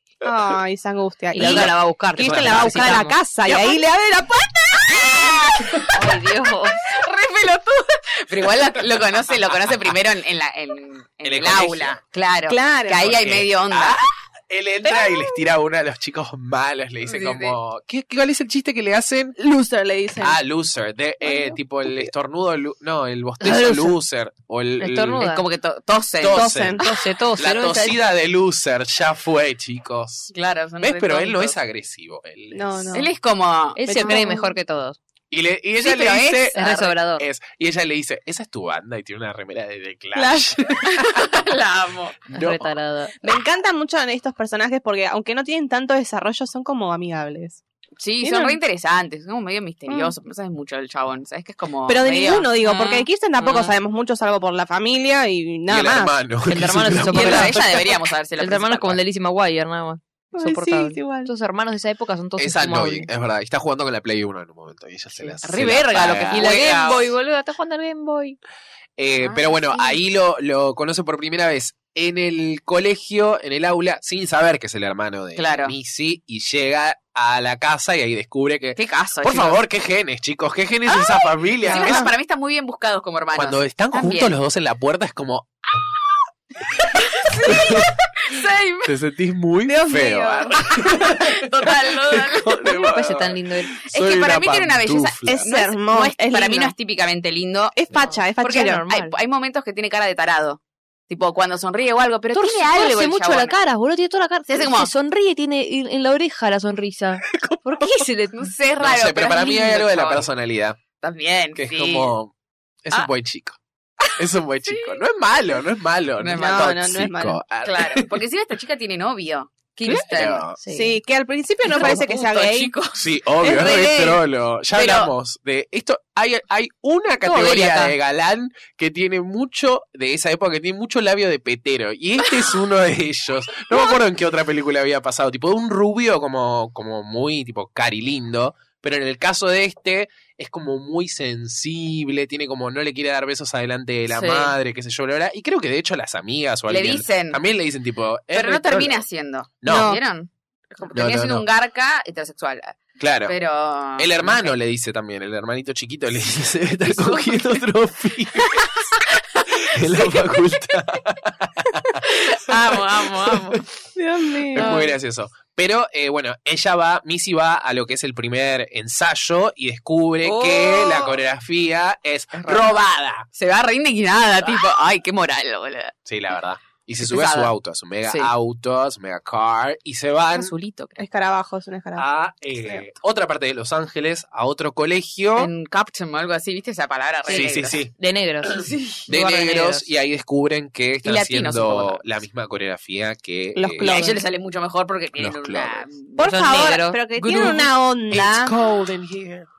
Ay, esa angustia. y Y, la otra la va a buscar. Kristen tipo, Kristen la va a buscar a la necesitamos. casa y ahí le abre la puerta. Ay, Dios. re pelotuda. Pero igual la- lo, conoce, lo conoce primero en, en la, en, en En el el, colegio. aula. Claro. Claro. Que ahí hay Porque- ah, medio onda. él entra y les tira a uno a los chicos malos. Le dice Sí, sí. como, ¿qué, qué- ¿cuál es el chiste que le hacen? Loser le dicen. Ah, loser. De, eh, tipo el estornudo, lu- no, el bostezo Loser. loser. O el, el- Estornuda. Es como que to- tosen. Tos- Tosen, tose, tose. la ¿no? tosida de loser. Ya fue, chicos. Claro, son ¿Ves? re Pero él no es tontos. agresivo. Él es- No, no. Él es como. Él se Pero- cree mejor que todos. Y, le- y ella Sí, le pero es- dice... "Ah, Es resobrador. eh, es- y ella le dice, esa es tu banda y tiene una remera de The Clash. Clash. la amo. Es No. retardado. Me encantan mucho estos personajes porque aunque no tienen tanto desarrollo son como amigables. Sí, Mira. son re interesantes. Es como medio misterioso. No sabes mucho del chabón. Sabes que es como. Pero de medio- ninguno digo, Mm. porque de Kirsten tampoco mm. sabemos mucho salvo por la familia y nada y el más. hermano. El que es hermano un se hizo Y el gran- de ella deberíamos saberse El hermano es como el de Lizzie McGuire, nada más. Ay, sí, Soportable. es igual. Estos hermanos de esa época son todos Es infumables. annoying, es verdad. Y está jugando con la Play 1 en un momento. Y ella se Sí. la Re se verga paga. lo que Y juega. la Game Juegas. Boy, boludo, está jugando al Game Boy. Eh, pero bueno, ahí lo, lo conoce por primera vez en el colegio, en el aula, sin saber que es el hermano de Claro. Missy. Y llega a la casa y ahí descubre que. Qué caso. Por chicos. favor, qué genes, chicos. Qué genes de esa familia. Encima Es- para mí están muy bien buscados como hermanos. cuando están También. juntos los dos en la puerta es como. Same. Te sentís muy feo. mío. Barbie. Total, total. No me parece tan lindo él. Es que para mí tiene una belleza. pantufla. Es no hermoso, no es- es para mí lindo. no es típicamente lindo. Es facha, es Porque hay, fachero. no. normal. hay momentos que tiene cara de tarado. Tipo, cuando sonríe o algo, pero tiene algo. Torce el mucho chabón. la cara, boludo, tiene toda la cara. Se hace como- Se sonríe y tiene en en la oreja la sonrisa. ¿Por qué se le.? No sé, es No raro. sé, pero es para mí hay lindo, algo de la chabón. personalidad. También. que sí. es como es un Ah. buen chico. Es un buen chico. No es malo, no es malo. No es malo. tóxico. No, no, no es malo. Ah, Claro. Porque si esta chica tiene novio. Kirsten. pero- Sí. que al principio no Estamos parece que sea juntos, gay. chicos. Sí, obvio, Es es re re gay. trolo. Ya Pero- hablamos de esto. Hay, hay una gay categoría acá. de galán que tiene mucho, de esa época, que tiene mucho labio de petero. Y este es uno de ellos. No me acuerdo en qué otra película había pasado. Tipo, un rubio como, como muy, tipo, carilindo. Pero en el caso de este, es como muy sensible. Tiene como, no le quiere dar besos adelante de la Sí. madre, qué sé yo, bla, bla. Y creo que de hecho las amigas o Le alguien. dicen. También le dicen, tipo. es Pero no re trolo. termina siendo. No, ¿Vieron? Es como- No, Termina no, siendo no. un garca heterosexual. claro. Pero. El hermano le dice también, el hermanito chiquito le dice, se debe estar cogiendo otro pibe en la facultad. Amo, amo, amo. Dios mío. Es muy gracioso. Pero eh, bueno, ella va, Missy va a lo que es el primer ensayo y descubre Oh. que la coreografía es robada. Se va re indignada, tipo, ay, qué moral, boludo. Sí, la verdad. Y se Es sube a su pesada. auto, a su mega Sí. auto, a su mega car, y se van Azulito, creo. Escarabajo, es un escarabajo. a eh, otra parte de Los Ángeles, a otro colegio. En Captain o algo así, ¿viste esa palabra? Re sí, sí, negra? sí. De negros. De Lugar negros, de negros. y ahí descubren que están latinos, supongo, haciendo también. la misma coreografía que Los eh, Y a clones. ellos les sale mucho mejor porque tienen Los una. Por Son favor, negros. pero que Gru- tienen una onda.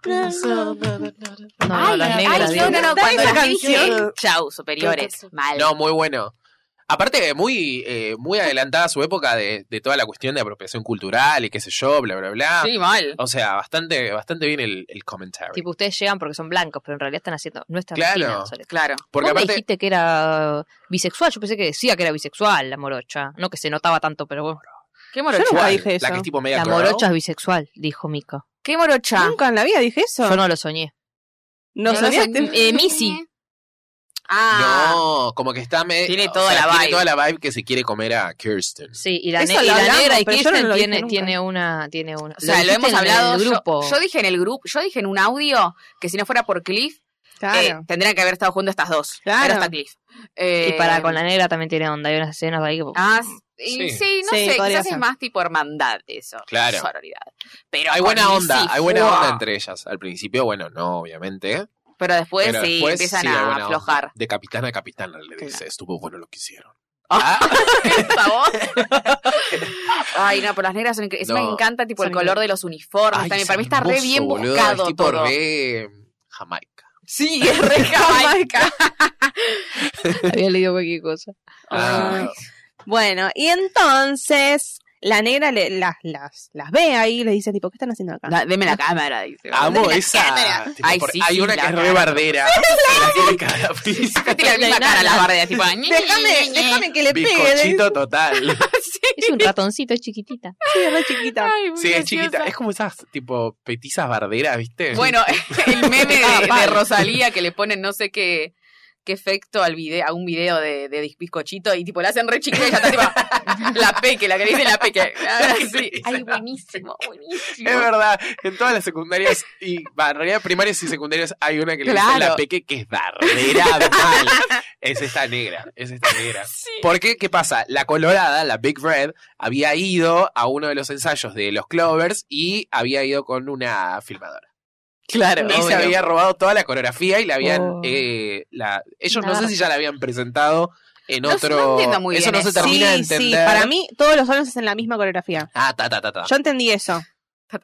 No, no, los ay, negros. ay, digo. no, no, no, Dale cuando esa la dije, canción. chau, superiores. Mal. No, muy bueno. Aparte, muy, eh, muy adelantada su época de, de toda la cuestión de apropiación cultural y qué sé yo, bla, bla, bla. Sí, mal. O sea, bastante, bastante bien el, el comentario. Tipo, ustedes llegan porque son blancos, pero en realidad están haciendo nuestra Claro. rutina, Soledad. Claro. Porque Vos me aparte, dijiste que era bisexual, yo pensé que decía que era bisexual la morocha, no que se notaba tanto, pero bueno. Qué Yo morocha. igual, nunca dije la eso. que es tipo media La crow, morocha es bisexual, dijo Mico. Qué Ah. morocha. Nunca en la vida dije eso. Yo no lo soñé. No, No lo soñaste. soñ- Eh, Missy. Ah. No, como que está medio. Tiene toda la vibe. Tiene toda la vibe que se quiere comer a Kirsten. Sí, y la, Eso ne- y lo la hablamos, negra y pero yo no Kirsten lo dije tiene, nunca. tiene una, tiene una. O sea, lo, dijiste hemos en el hablado. yo- grupo. Yo, dije en el grupo, yo dije en un audio que si no fuera por Cliff, eh, Claro. tendrían que haber estado juntos estas dos. Claro. Pero está Cliff. Eh, Y para con la negra también tiene onda, hay unas escenas ahí que... Ah, s- y Mm, Sí. sí. no Sí, sé, podría quizás ser. es más tipo hermandad eso. Claro. Sororidad. Pero Hay con buena Missy, onda, hay buena ¡fua! onda entre ellas. Al principio, bueno, no, obviamente. Pero después pero sí, después empiezan sí hay a buena onda. aflojar. De capitán a capitán le Claro. dice, estuvo bueno lo que hicieron. Ah. Ah, ¿Esa voz? Ay, no, pero las negras son incre- encima No. me encanta tipo el Son color de los uniformes ay, también. es Para mí está re hermoso, bien boludo, buscado es tipo todo. re mm, Jamaica. Sí, es re Jamaica. Había leído cualquier cosa. Ah, Bueno, y entonces la negra le- las, las, las ve ahí y le dice, tipo, ¿qué están haciendo acá? Da- deme la cámara, dice. Amo Deme la esa. cámara. tipo, Ay, por- sí, hay sí, una la que es re cara. bardera. La tiene cara pizza. Siempre tiene la misma cara la bardea, tipo. ñe, ñe, Déjame, ñe. déjame que le pegue. Bizcochito total. Es un ratoncito, es chiquitita. Sí, es re chiquita. Ay, muy Sí, es graciosa. chiquita. Es como esas, tipo, petizas barderas, ¿viste? Bueno, el meme de, Ah, de vale. Rosalía que le ponen no sé qué, qué efecto al video, a un video de, de bizcochito y tipo la hacen re chiquita y ya está tipo la peque, la que le dicen la peque. Ah, sí. Ay, buenísimo, buenísimo. Es verdad, en todas las secundarias, y va, en realidad primarias y secundarias hay una que le dicen Claro. la peque que es bardera mal. Es esta negra, es esta negra. Porque, ¿qué pasa? La colorada, la Big Red, había ido a uno de los ensayos de los Clovers y había ido con una filmadora. Claro, Y se obvio. había robado toda la coreografía y la habían... Oh. eh, la- ellos no Nada. sé si ya la habían presentado en No, otro... no entiendo muy eso bien no se eso. termina de Sí, entender. sí, para mí todos los solos hacen la misma coreografía. Ah, ta, ta, ta, ta. Yo entendí eso.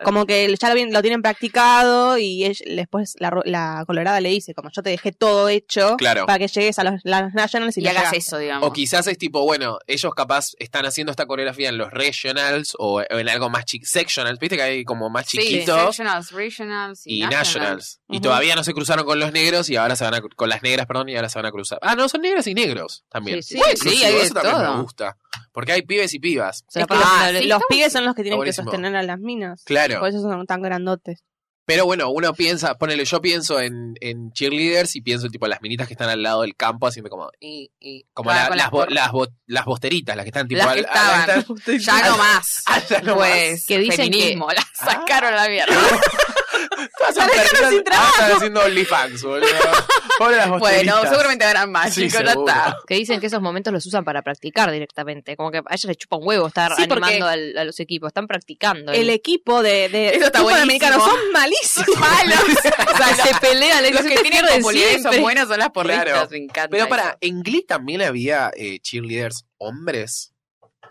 Como que ya lo, vien- lo tienen practicado y ella- después la, ro- la colorada le dice, como yo te dejé todo hecho Claro. para que llegues a los, las Nationals y, y lo hagas llegaste". eso, digamos. O quizás es tipo, bueno, ellos capaz están haciendo esta coreografía en los regionals o en algo más chiquito, sectionals, viste que hay como más chiquito Sí, sectionals, regionals y, y nationals. Y Ujú. todavía no se cruzaron con los negros y ahora se van a, cru- con las negras, perdón, y ahora se van a cruzar. Ah, no, son negras y negros también. Sí, sí. Muy Sí, inclusivo, hay de eso también todo. me gusta. Porque hay pibes y pibas. Se la Es que- pasan Ah, dale- sí, Los está pibes son los que tienen que buenísimo. sostener a las minas. Claro. Por eso son tan grandotes. Pero bueno, uno piensa, ponele, yo pienso en, en cheerleaders y pienso tipo las minitas que están al lado del campo haciendo como, y, y, como Claro, la- con las, las bo- por- las, bo- las bosteritas, las que están tipo Las al- que a la- estaban. están- Ya no más. Ah, ya no pues, más. Ah. Que dicen que- feminismo, la sacaron a la mierda. Todas son perdidas. Ah, están haciendo OnlyFans, boludo. Pobre las Bueno, bosteritas. seguramente ganan más, Sí, chicos, ya seguro. está. que dicen que esos momentos los usan para practicar directamente. Como que a ellos les chupa un huevo estar Sí, porque- animando al- a los equipos. Están practicando. El equipo de, de Eso está fútbol buenísimo. americano son malísimos. O sea, se pelean, los que tienen pierden popularidad y son siempre. buenos son las porristas, Claro. me encanta. Pero para, eso. en Glee también había eh, cheerleaders hombres.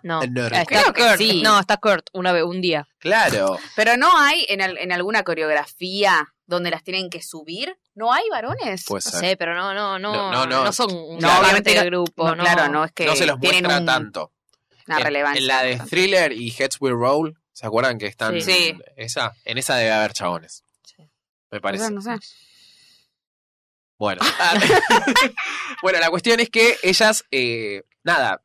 No. Ah, Enorme. Está Creo que Kurt. sí. No, está Kurt una vez, un día. Claro. Pero no hay en, al- en alguna coreografía donde las tienen que subir, no hay varones. Puede No ser. sé, pero no, no, no. No, No, no, no. son un No, parte obviamente del no- grupo. No, claro, no es que no se los tienen muestra un- tanto. una En- relevancia. En la de Thriller y Heads Will Roll, ¿se acuerdan que están? Sí. Sí. Esa, en esa debe haber chabones. Sí. Me parece. No sé. Bueno. Ah, bueno, la cuestión es que ellas, eh, nada,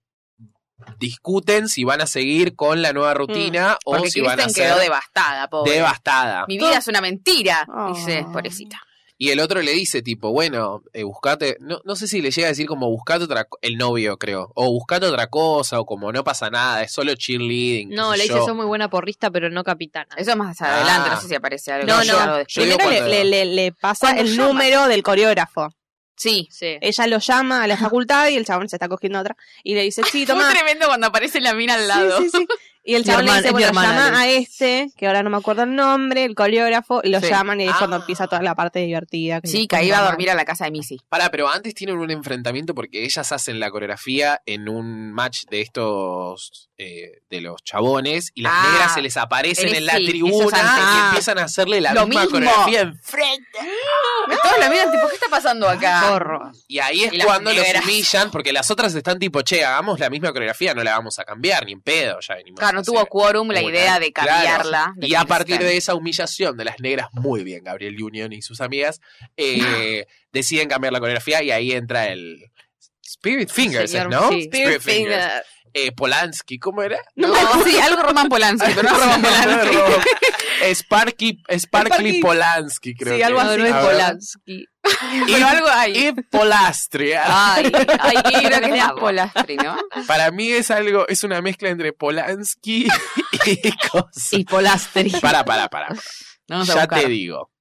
discuten si van a seguir con la nueva rutina o Mm, Porque si van a Kristen ser quedó devastada, pobre. devastada. Mi vida es una mentira, Oh. dice, pobrecita. Y el otro le dice, tipo, bueno, eh, buscate, no, no sé si le llega a decir como buscate otra, co- el novio creo, o buscate otra cosa, o como no pasa nada, es solo cheerleading. qué No, sé le dice, yo. sos muy buena porrista, pero no capitana. Eso es más adelante, Ah. no sé si aparece No, algo. Yo no. algo de- Yo digo Primero le, cuando- le- le- le pasa Cuando el llama. número del coreógrafo. Sí. Sí. Ella lo llama a la facultad y el chabón se está cogiendo a otra. Y le dice, sí, toma. Fue tremendo cuando aparece la mina al Sí, lado. sí, sí. Y el Mi chabón le hermana- dice, es mi bueno, hermana, llama a le este, que ahora no me acuerdo el nombre, el coreógrafo, y lo Sí. llaman y es Ah. cuando empieza toda la parte divertida. Sí, que ahí iba a dormir a la casa de Missy. Pará, pero antes tienen un enfrentamiento porque ellas hacen la coreografía en un match de estos, eh, de los chabones, y las Ah, negras se les aparecen eres- en la sí, eso es tribuna antes. y Ah. empiezan a hacerle la Lo misma mismo. coreografía. en- Todos la miran, tipo, ¿qué está pasando acá? Porro. Y ahí es Y las cuando los negras. humillan, porque las otras están tipo, che, hagamos la misma coreografía, no la vamos a cambiar, ni en pedo, ya venimos. Claro, a no tuvo hacer- quórum la Muy idea bien. de Claro. cambiarla. de Y a partir Kristen. de esa humillación de las negras, muy bien, Gabriel Union y sus amigas, eh, deciden cambiar la coreografía y ahí entra el Spirit Fingers, Señor, ¿no? sí. Spirit Fingers. Eh, Polanski, ¿cómo era? No, sí, algo Roman Polanski, pero no Roman Polanski. Sparky, Sparkly Sparky. Polanski, creo. Sí, algo que No, así. no es Ah, A ver. Polanski. Pero algo Ah. hay. Y Polastria. Ay, ay, Y creo que es más bravo. Polastri, ¿no? Para mí es algo, es una mezcla entre Polanski y cosas. Y Polastri. Para, para, para. Vamos a Ya buscar. te digo.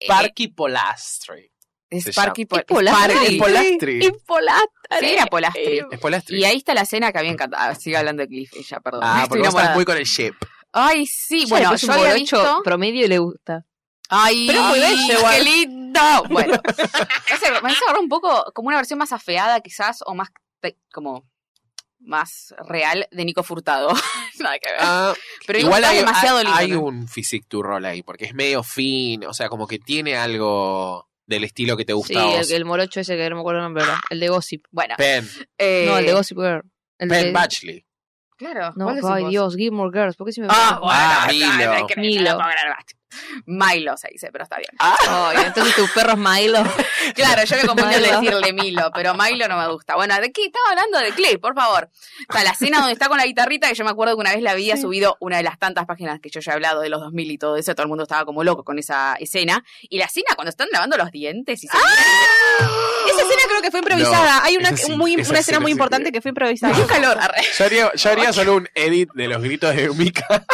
Eh, Sparky Polastri. se Sparky llama. Pol- Y Polastri. Sparky. Es Polastri. Y Polastri. Sí, era Polastri. Es Polastri. Y ahí está la escena que había encantado. Ah, sigue hablando de Cliff, ella, perdón. Ah, Estoy porque vos enamorada. estás muy con el ship. Ay, Ya sí, le bueno, puse yo pues, un había borocho visto... promedio y le gusta. Ay, Pero es muy bello qué igual. lindo. Bueno, no sé, me parece ahora un poco como una versión más afeada quizás o más te- como más real de Nico Furtado. Nada que ver. Ah, Pero igual está hay, demasiado hay- lindo. hay ¿no? un physique to roll ahí, porque es medio fin, o sea, como que tiene algo del estilo que te gusta Sí, a el, vos. el morocho ese que no me acuerdo el nombre, ahora. el de Gossip. Bueno, Penn, eh, No, el de Gossip Girl. El Penn de- Batchley. Claro. No, ¿cuál decís ay vos? Dios, Gilmore Girls. ¿Por qué se me Ah, bueno, Ah, está, Milo. hay que- Milo. no puedo creer, basta. Milo se dice, pero está bien. Ay, entonces tu perro es Milo. Claro, yo me confundí al Milo. decirle Milo, pero Milo no me gusta. Bueno, ¿de qué estaba hablando? De Clay, por favor. O sea, la escena donde está con la guitarrita, que yo me acuerdo que una vez la había subido una de las tantas páginas que yo ya he hablado de los 2000 y todo eso, todo el mundo estaba como loco con esa escena. Y la escena cuando están lavando los dientes y se Esa escena creo que fue improvisada. No, Hay una, esa sí, muy- esa una sí, escena esa muy sí. importante que fue improvisada. ¡Qué calor! Arre. Yo haría, yo haría solo un edit de los gritos de Mika.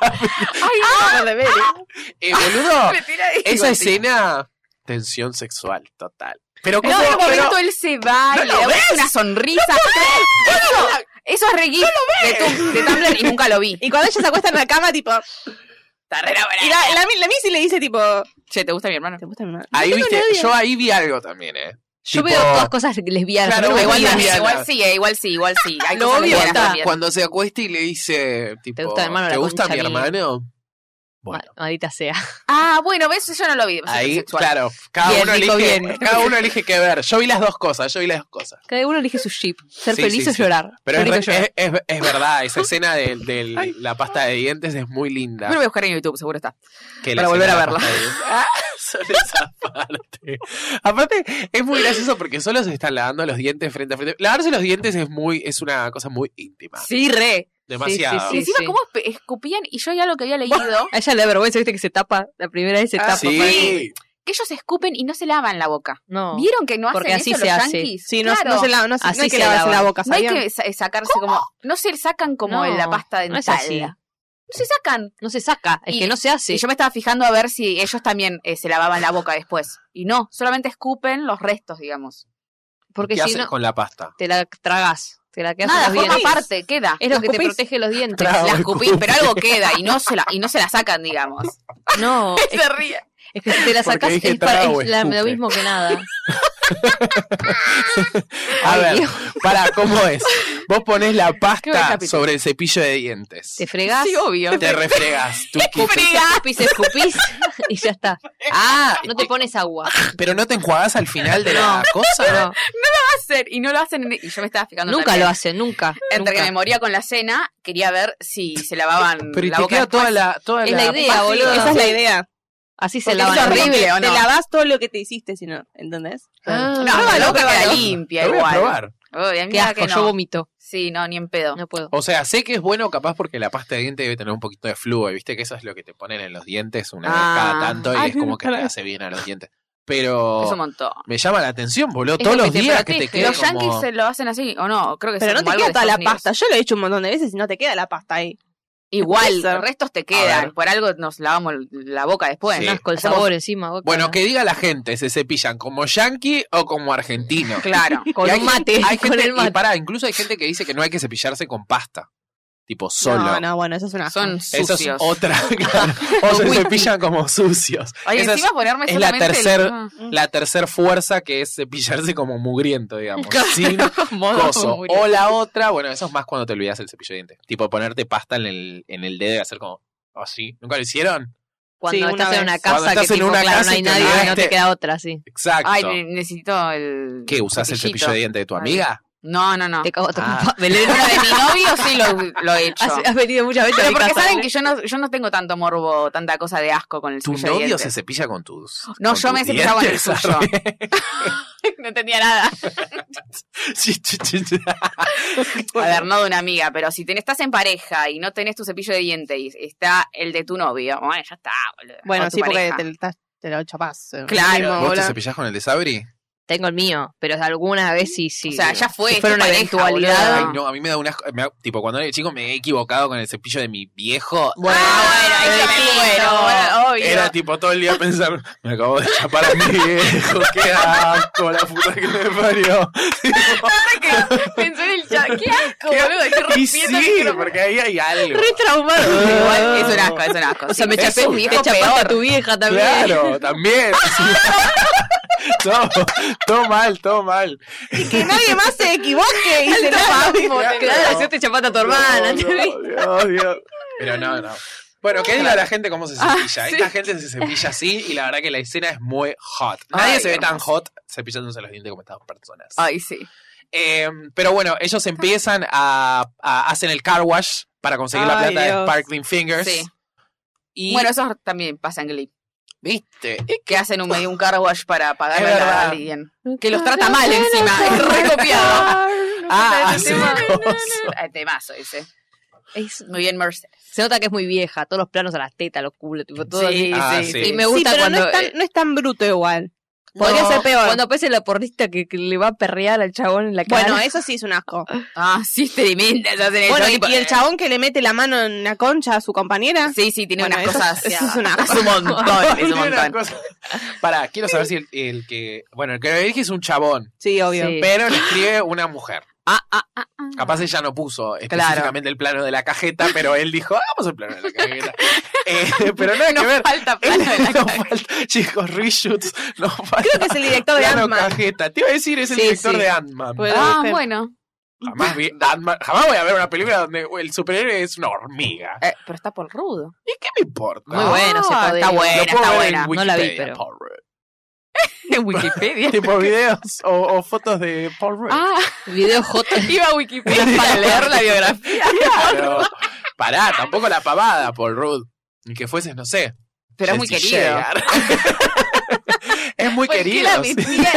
Ah, Eh, boludo, Me tira ahí. esa Digo, escena, tensión sexual total. Pero No, ¿cómo- en un pero- momento él se va y ¿No le lo da una sonrisa. eso, eso es reggae de, tu- de Tumblr y nunca lo vi. Y cuando ellos se acuestan en la cama, tipo. Está re la buena. Y la, la, la Missy le dice, tipo. Che, ¿te gusta mi hermano? ¿Te gusta mi madre? ahí No tengo viste, novio. yo ahí vi algo también, eh. Yo Tipo- veo todas cosas lesbianas. Claro, a mí no me igual, obvio, gustan. también, Diana. igual sí, eh, igual sí, igual sí. Hay Lo cosas obvio lesbianas está. también. Cuando se acuesta y le dice, tipo, gusta mi hermano? La ¿te gusta concha mi de mi- hermano? Ma- Bueno, Maldita sea. Ah, bueno, ves, yo no lo vi. ahí, sexual. claro, cada Bien, uno Nico, elige, bien. cada uno elige qué ver. Yo vi las dos cosas, yo vi las dos cosas. Cada uno elige su ship. Ser Sí, feliz sí, o sí. llorar. Pero Qué es, rico re- llorar. es, es- es verdad, esa escena de, la pasta de dientes es muy linda. Bueno, voy a buscar en YouTube, seguro está. que para volver escena a de la verla. pasta de dientes. Ah, Son esa parte. Aparte, es muy gracioso porque solo se están lavando los dientes frente a frente. Lavarse los dientes es muy es una cosa muy íntima. Sí, re. Demasiado. Y Sí, encima, sí. ¿cómo espe- escupían? Y yo ya lo que había leído, A ella le da vergüenza, viste que se tapa. La primera vez se Ah, tapa. sí. para- que ellos escupen y no se lavan la boca. No. ¿Vieron que no hacen Porque así eso se los hace. yanquis? Sí, no, Claro. no se la, no, se- Así no hay que se lavarse lavan. la boca, No hay ¿sabían? que sa- sacarse como. No se sacan como No, la pasta dental. no es así. No se sacan. No se saca. Es Y- que no se hace. Y yo me estaba fijando a ver si ellos también eh, se lavaban la boca después. Y no, solamente escupen los restos, digamos. Porque ¿Qué si haces no, con la pasta? te la tragas. Te la quedas Nada, en los forma dientes. parte, queda. Es lo que te escupís. protege los dientes. Trago. La Ah, escupís, pero algo queda y no se la, y no se la sacan, digamos. No. es- Se ríe. Es que si te la Porque sacas dije es, para- trago, es la- lo escupe. mismo que nada. A Ay, ver, Dios. para, ¿cómo es? Vos ponés la buen pasta capítulo. sobre el cepillo de dientes. Te fregás, Sí, obvio. Te refregas, tu kit. escupís, escupís, escupís y ya está. Ah, no te pones agua. Pero no te enjuagás al final de la cosa. No, hacer y no lo hacen. en- Y yo me estaba fijando. nunca también. lo hacen, nunca. Entre que nunca. me moría con la cena, quería ver si se lavaban Pero y la te boca queda después. toda la. Toda Es la, la idea, pasta y- boludo. Esa es la idea. Así se Porque lavan. es los horrible, dientes. ¿o no? Te Te lavas todo lo que te hiciste, si no, ¿entendés? Ah, No, Pruébalo, la boca queda pruébalo. limpia lo voy a igual. probar. Uy, a mí dientes. me Qué da que asco, no. yo vomito. Sí, no, ni en pedo. No puedo. O sea, sé que es bueno capaz porque la pasta de dientes debe tener un poquito de flujo, y viste que eso es lo que te ponen en los dientes una vez Ah. cada tanto y Ay, es como que te para- hace bien a los dientes. Pero Es un montón. me llama la atención, boludo, Es todos lo que Oh. los te días que protege. te queda Los yankees como... se lo hacen así, ¿o no? Creo que Pero es no te como algo queda de toda la Estados Unidos. pasta. Yo lo he hecho un montón de veces y no te queda la pasta ahí. Igual, Puede ser. los restos te A ver. quedan. Por algo nos lavamos la boca después. Sí. ¿no? Un asco el Hacemos- sabor encima. boca. Bueno, que diga la gente, ¿se cepillan como yankee o como argentino? Claro. Con Y hay un mate. Hay con gente, el y mate. pará, incluso hay gente que dice que no hay que cepillarse con pasta, tipo solo. No, no, bueno, eso es una. Son Eso es sucios. otra, claro. O se cepillan como sucios. Ay, Esa es encima ponerme es la solamente el- tercer- Ah. la tercer fuerza que es cepillarse como mugriento, digamos. Sin Modo coso. mugriento. O la otra, bueno, eso es más cuando te olvidas el cepillo de dientes. Tipo ponerte pasta en el, en el dedo y hacer como así. ¿Nunca lo hicieron? Cuando Sí, una estás vez. en una Cuando casa estás que en tipo, una claro, casa no y hay te este- nadie, no te olvidaste. queda otra, sí. Exacto. Ay, ne- necesito el. ¿Qué? ¿Usás el cepillito. cepillo de dientes de tu Ay. amiga? No, no, no. Te cago tu Ah. papá. Belén, Uno de mi novio sí lo, lo he hecho. has, has venido muchas veces a Pero mi porque casa, saben Belén. que yo no, yo no tengo tanto morbo, tanta cosa de asco con el ¿Tu cepillo de novio se dientes. cepilla con tus No, con yo tus me cepillaba con el dientes? suyo. no entendía nada. Sí, sí, sí, sí. A ver, no de una amiga, pero si ten- estás en pareja y no tenés tu cepillo de dientes y está el de tu novio, bueno, ya está, boludo. O Bueno, tu sí, porque pareja. te, estás- te lo chapás. eh, Claro. mismo, ¿Vos te boludo. cepillás con el de Sabri? Tengo el mío, pero alguna vez sí, sí. O sea, ya fue. Si fuera es tu una pareja, eventualidad. boludo. Ay, no, a mí me da un asco. me da- tipo, cuando era chico me he equivocado con el cepillo de mi viejo. Ah, Ah, bueno, ahí sí, me muero, no. bueno, obvio. Era tipo todo el día pensar, me acabo de chapar a mi viejo, qué asco, la puta que me parió. Pensé en el chat. Qué asco, boludo. Y Estoy rompiendo el sí, micrófono. porque Ah. ahí hay algo. Re traumado. Igual es un asco, es un asco. O sea, me Es chapé un mi vieja, asco. chapaste a tu vieja también. Claro, también. sí. todo, todo mal, todo mal. Y que nadie más se equivoque y se lo Claro. Claro, yo te chapaste a tu hermana. No, ¿te vi? no, Dios, Dios. Pero no, no. Bueno, que diga la gente cómo se cepilla. Ah, Esta gente se cepilla así y la verdad que la escena es muy hot. Ay, Nadie se ve tan hermoso. hot cepillándose los dientes como estas personas. Ay, sí. Eh, pero bueno, ellos empiezan a, a- hacen el car wash para conseguir la Ay, plata de Dios. Sparkling Fingers. Sí. Y, Bueno, eso también pasa en Glee. viste, Que hacen un medio un car wash para pagarle Es a verdad. alguien. Que los trata mal encima. Es recopiado. Ah, hace Ese tema- cosas. Ah, Temazo ese. Es- Muy bien, Mercedes. se nota que es muy vieja, todos los planos a las tetas, los culos, tipo, todo así. Sí, Ah, sí, sí. sí. Y me gusta sí, pero cuando. no, es eh, tan, no es tan bruto igual. podría No, ser peor. Cuando aparece la porrista que, que le va a perrear al chabón en la cara. Bueno, eso sí es un asco. Ah, sí, es tremenda. esa serie. Bueno, Yo, y, tipo, y el chabón que le mete la mano en la concha a su compañera. Sí, sí, tiene Bueno, unas eso- cosas. eso es una- un montón, es un Tiene una montón. cosa- Pará, quiero saber si el, el que. Bueno, el que lo elige es un chabón, Sí, obvio. Sí. pero le escribe una mujer. Ah, ah, ah. Capaz ella no puso específicamente el plano de la cajeta, pero él dijo, hagamos el plano de la cajeta. Eh, pero nada que ver. Falta Él- plano de la no falta- chicos, reshoots, no falta. Creo que es el director de plano Ant-Man. cajeta. Te iba a decir, es el Sí, director sí. de Ant-Man. Pues- Ah, Pero- bueno. Jamás, vi Ant-Man- jamás voy a ver una película donde el superhéroe es una hormiga. Eh, pero está por rudo. ¿Y qué me importa? Muy bueno, se Ah, jodió. está Lo buena, puedo está ver buena. en No la vi, Wikipedia, pero- Paul Rudd. En Wikipedia. Tipo videos o, o fotos de Paul Rudd. Ah, Video J. iba a Wikipedia para leer la biografía. Pero, pará, tampoco la pavada, Paul Rudd. Ni que fueses, no sé. Pero es muy Chelsea querido. Shear. es muy ¿Por qué ah, querido. la sí. En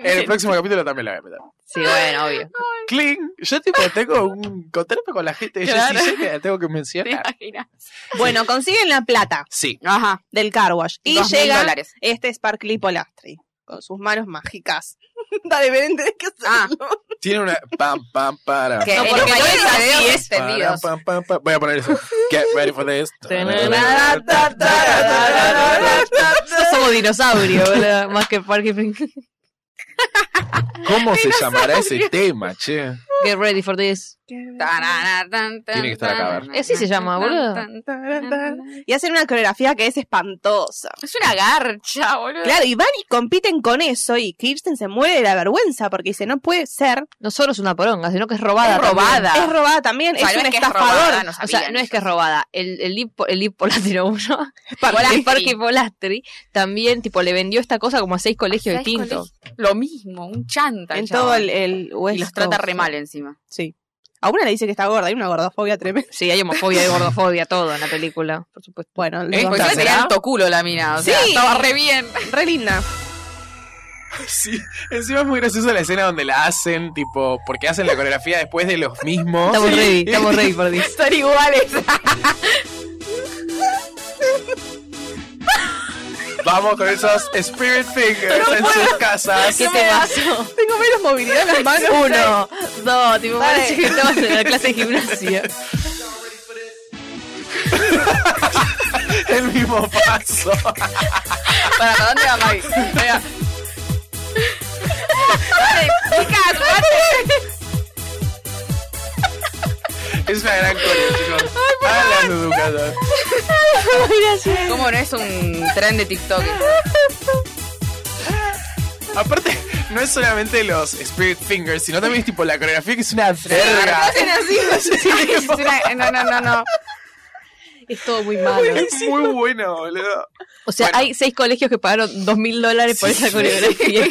el metieron? próximo capítulo también la voy a meter. Sí, bueno, obvio. Cling. Yo tipo tengo un contrato con la gente de Claro. Jessie J que la tengo que ¿Te mencionar. imaginas? Bueno, consiguen la plata Sí. Ajá. del car wash. Y Dos mil llega dólares. este Sparkly Polastri con sus manos mágicas. Dale, Belén, tenés que Ah, hacerlo. Tiene una pam pam para. Que No, el porque video no es es así, es Para, tendido. pam, pam, pam. Voy a poner eso. Get ready for this. Nosotros somos dinosaurios, ¿verdad? Más que Parque ¿Cómo se llamará ese tema, che? Get ready for this. Tiene que estar acá, a ver. Así se llama, boludo. Y hacen una coreografía que es espantosa. Es una garcha, boludo. Claro, y van y compiten con eso y Kirsten se muere de la vergüenza porque dice, no puede ser. No solo es una poronga, sino que es robada. Es también. robada. Es robada también, O sea, es no un es que es estafador. robada, no O sea, sabían no es eso. que es robada. El, el hipo, el hipo latino uno, Polastri. el Parque Polastri, también tipo le vendió esta cosa como a seis colegios Seis distintos. Lo mismo, un chanta. en chabón. todo el, el West Y los trata Coast. re mal encima. Sí. A una le dice que está gorda, hay una gordofobia tremenda. Sí, hay homofobia, hay gordofobia, todo en la película, por supuesto. Bueno, ¿Eh? los ¿Esta Porque pues yo tenía será? alto culo la mina, o Sí. sea, estaba re bien. dos- re linda. Sí, encima es muy graciosa la escena donde la hacen, tipo, porque hacen la coreografía después de los mismos. Estamos Sí. ready, estamos ready por this. Son iguales. Vamos con esos Spirit Fingers en sus casas. ¿Qué te pasó? Tengo menos movilidad en las manos. Uno, dos, Dale. tipo, parece que estabas en la clase de gimnasia. El mismo paso. ¿Para ¿para dónde va Maggie? Venga. Dale, chicas, dale. Es una gran coreo, chicos. Hagan las educadoras. ¿Cómo no es un tren de TikTok? Aparte, no es solamente los Spirit Fingers, sino también es tipo la coreografía que es una Lo verga. hacen así. Es una- No, no, no, no. Es todo muy malo. Es muy bueno, boludo. O sea, Bueno. hay seis colegios que pagaron dos mil dólares por esa coreografía.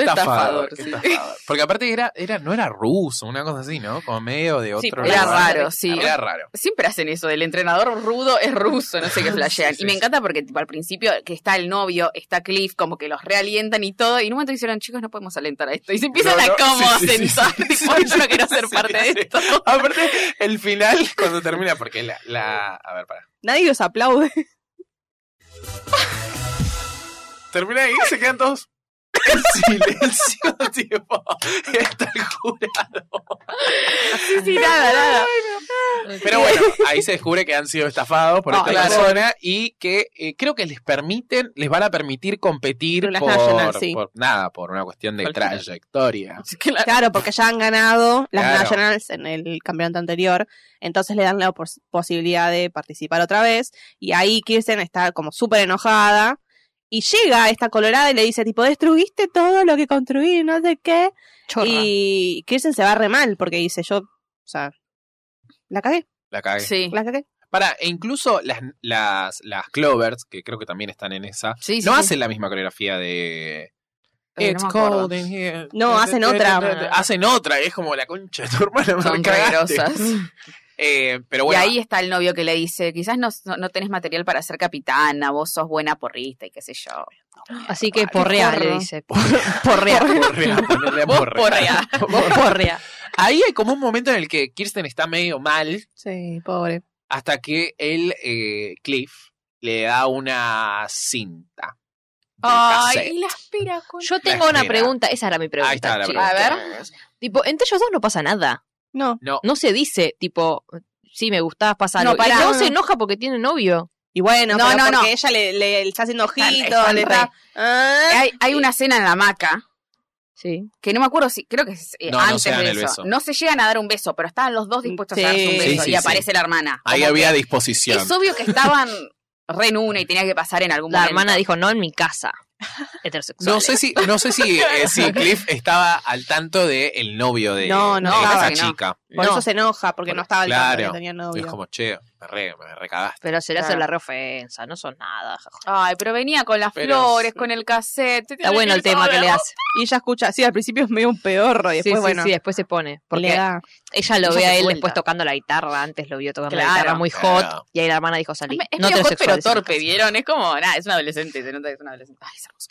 Estafador, estafador. qué sí. estafador. Porque aparte era, era, no era ruso, una cosa así, ¿no? Como medio de Sí, otro Era lugar. raro, sí. Era raro. Siempre hacen eso, del entrenador rudo es ruso, no sé qué flashean. Sí, sí, y me sí. encanta porque tipo, al principio que está el novio, está Cliff, como que los realientan y todo, y en un momento dijeron, chicos, no podemos alentar a esto. Y se empiezan No, a no, como sí, a sí, sí, sentar, sí, tipo, sí, yo no quiero ser sí, parte sí. de esto. Aparte, el final, cuando termina, porque la, la. A ver, para. Nadie los aplaude. Termina ahí, se quedan todos. En silencio, tipo. Está el jurado. Sí, nada, nada. Pero bueno, ahí se descubre que han sido estafados por Ah, esta claro. persona y que eh, creo que les permiten, les van a permitir competir Por las por, National, sí. por nada, por una cuestión de Cualquiera. trayectoria. Claro, porque ya han ganado las Claro. Nationals en el campeonato anterior. Entonces le dan la pos- posibilidad de participar otra vez. Y ahí Kirsten está como súper enojada. Y llega esta colorada y le dice, tipo, destruiste todo lo que construí, no sé qué. Y Y Kirsten se va re mal porque dice, yo, o sea, la cagué, La cagué. Sí. la cagué. Para, e incluso las, las, las Clovers, que creo que también están en esa, Sí, sí, no sí. hacen la misma coreografía de. Eh, It's no me acuerdo. cold in here. No, hacen otra. Hacen otra, y es como la concha de tu hermana. me Son cagaste. regrosas. Eh, pero bueno, y ahí está el novio que le dice, quizás no, no, no tenés material para ser capitana, vos sos buena porrista y qué sé yo. Así que porrea, le dice. porrea. porrea, ponerle a Vos porrea. porrea. Vos porrea. Porrea. Ahí hay como un momento en el que Kirsten está medio mal Sí, pobre. hasta que el eh, Cliff le da una cinta. de cassette. Ay, y la aspira con... Yo tengo una espera. pregunta. Esa era mi pregunta. Ahí está la chicos. pregunta. A Tipo, entre ellos dos no pasa nada. No. No, No se dice, tipo, sí, me gustabas, pasar No, pará. se enoja porque tiene novio. Y bueno, No, pero no, porque no. ella le, le- le está haciendo ojitos, están le está. Ah. re. Eh, Hay, hay una cena en la hamaca Sí. que no me acuerdo si, creo que es eh, No, no antes se dan de el eso. beso. No se llegan a dar un beso, pero estaban los dos dispuestos Sí. a darse un Sí, beso sí, y sí. aparece la hermana. ahí Como había que disposición. Es obvio que estaban re en una y tenía que pasar en algún La momento. hermana dijo, no en mi casa. Heterosexual. No sé si, no sé si, eh, si Cliff estaba al tanto del el novio de, No, no, de claro esa que no. chica. Por No, eso se enoja, porque Por- no estaba al tanto claro. que tenía Y novio. es como, che, me, re, me recagaste. Pero se le hace Claro. la reofensa, no son nada. jaja. Ay, pero venía con las Pero- flores, con el cassette. Está bueno el tema que le hace. Y ella escucha, sí, al principio es medio un peorro y sí, después, sí, bueno, sí, después se pone. Porque le da. ella lo Ella ve se a él suelta. después tocando la guitarra. Antes lo vio tocando la Claro. guitarra muy hot. Claro. Y ahí la hermana dijo Es salir. me- es No medio hot, pero heterosexual, es en mi torpe, casa. ¿vieron? Es como, nada, es un adolescente, se nota que es un adolescente. Ay, es hermoso.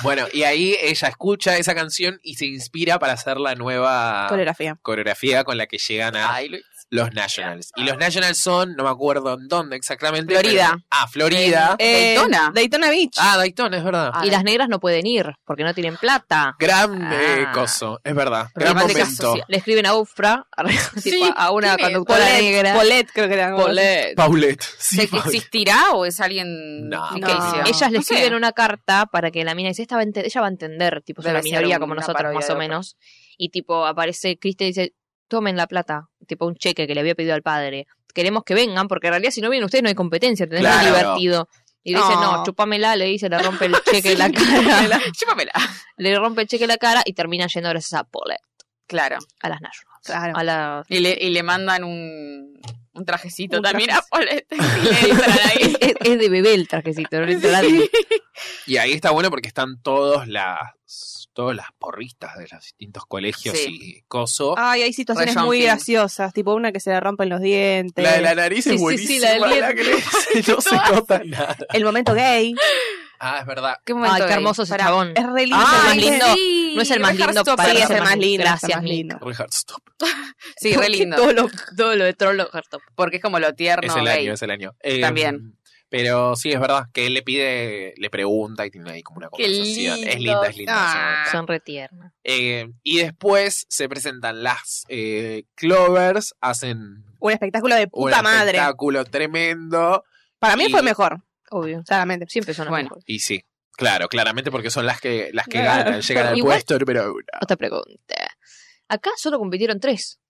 Bueno, y ahí ella escucha esa canción y se inspira para hacer la nueva Ah. Coreografía. coreografía con la que llegan a Ay, Luis. los Nationals. Y los Nationals son, no me acuerdo en dónde exactamente. Florida. pero- ah, Florida. Eh, Daytona. Daytona Beach. ah, Dayton, es verdad. Ah, Y las negras no pueden ir porque no tienen plata. gran eh, Ah. coso, es verdad. Gran Rival de momento. clase Le escriben a Ufra, tipo, a una tiene- conductora Paulette, negra. Paulette creo que era. Paulette. Paulette. Sí, ¿Se- Paulette. ¿Existirá o es alguien No, ficticio? no. Ellas le No sé. escriben una carta para que la mina dice, esta va a ente- ella va a entender, tipo, es Debe una ser minoría una como nosotros parodia más de o otra. menos. Y tipo, aparece Cristian y dice, tomen la plata, tipo un cheque que le había pedido al padre. Queremos que vengan, porque en realidad si no vienen ustedes no hay competencia, tenés Claro. divertido. Y le dice, No. no, chupamela, le dice, le rompe el cheque en la cara, Chúpamela, chúpamela. le rompe el cheque en la cara y termina yendo gracias a Paulette, Claro. a las Nationals. Claro. A la... Y le, y le mandan un, un trajecito Un también a Paulette. Y le disparan ahí. Es, es- es de bebé el trajecito, no le entra nadie. Y ahí está bueno porque están todos las todas las porristas de los distintos colegios Sí. y coso. Ay, hay situaciones Rayon muy King. graciosas, tipo una que se le rompen los dientes. la de la nariz Sí, es sí, sí, buenísima. la del la que le dice, no se nota nada. El momento gay. Ah, es verdad. ¿Qué Ay, qué gay? hermoso ese Pará. chabón. Es re lindo. Ah, el es lindo. lindo. No es el más Richard lindo Stop, para Sí, sí, es ser el más más lindo. es el Gracias, más Nick. lindo. Richard, stop. Sí, re lindo. Todo lo, todo lo de Trollo Hartop. Porque es como lo tierno es el gay. año, es el año. Eh, También. Pero sí, es verdad que él le pide, le pregunta y tiene ahí como una Qué conversación. Es lindo. linda, es linda. esa Ah. vuelta. Son re tiernas. Eh, y después se presentan las eh, Clovers, hacen Un espectáculo de un puta madre. espectáculo tremendo. Para mí y- fue mejor, Obvio. claramente. Siempre son las Bueno. mejores. Y sí, claro, claramente porque son las que las que Claro. ganan, llegan al Igual- puesto número uno. Otra pregunta. Acá solo compitieron tres.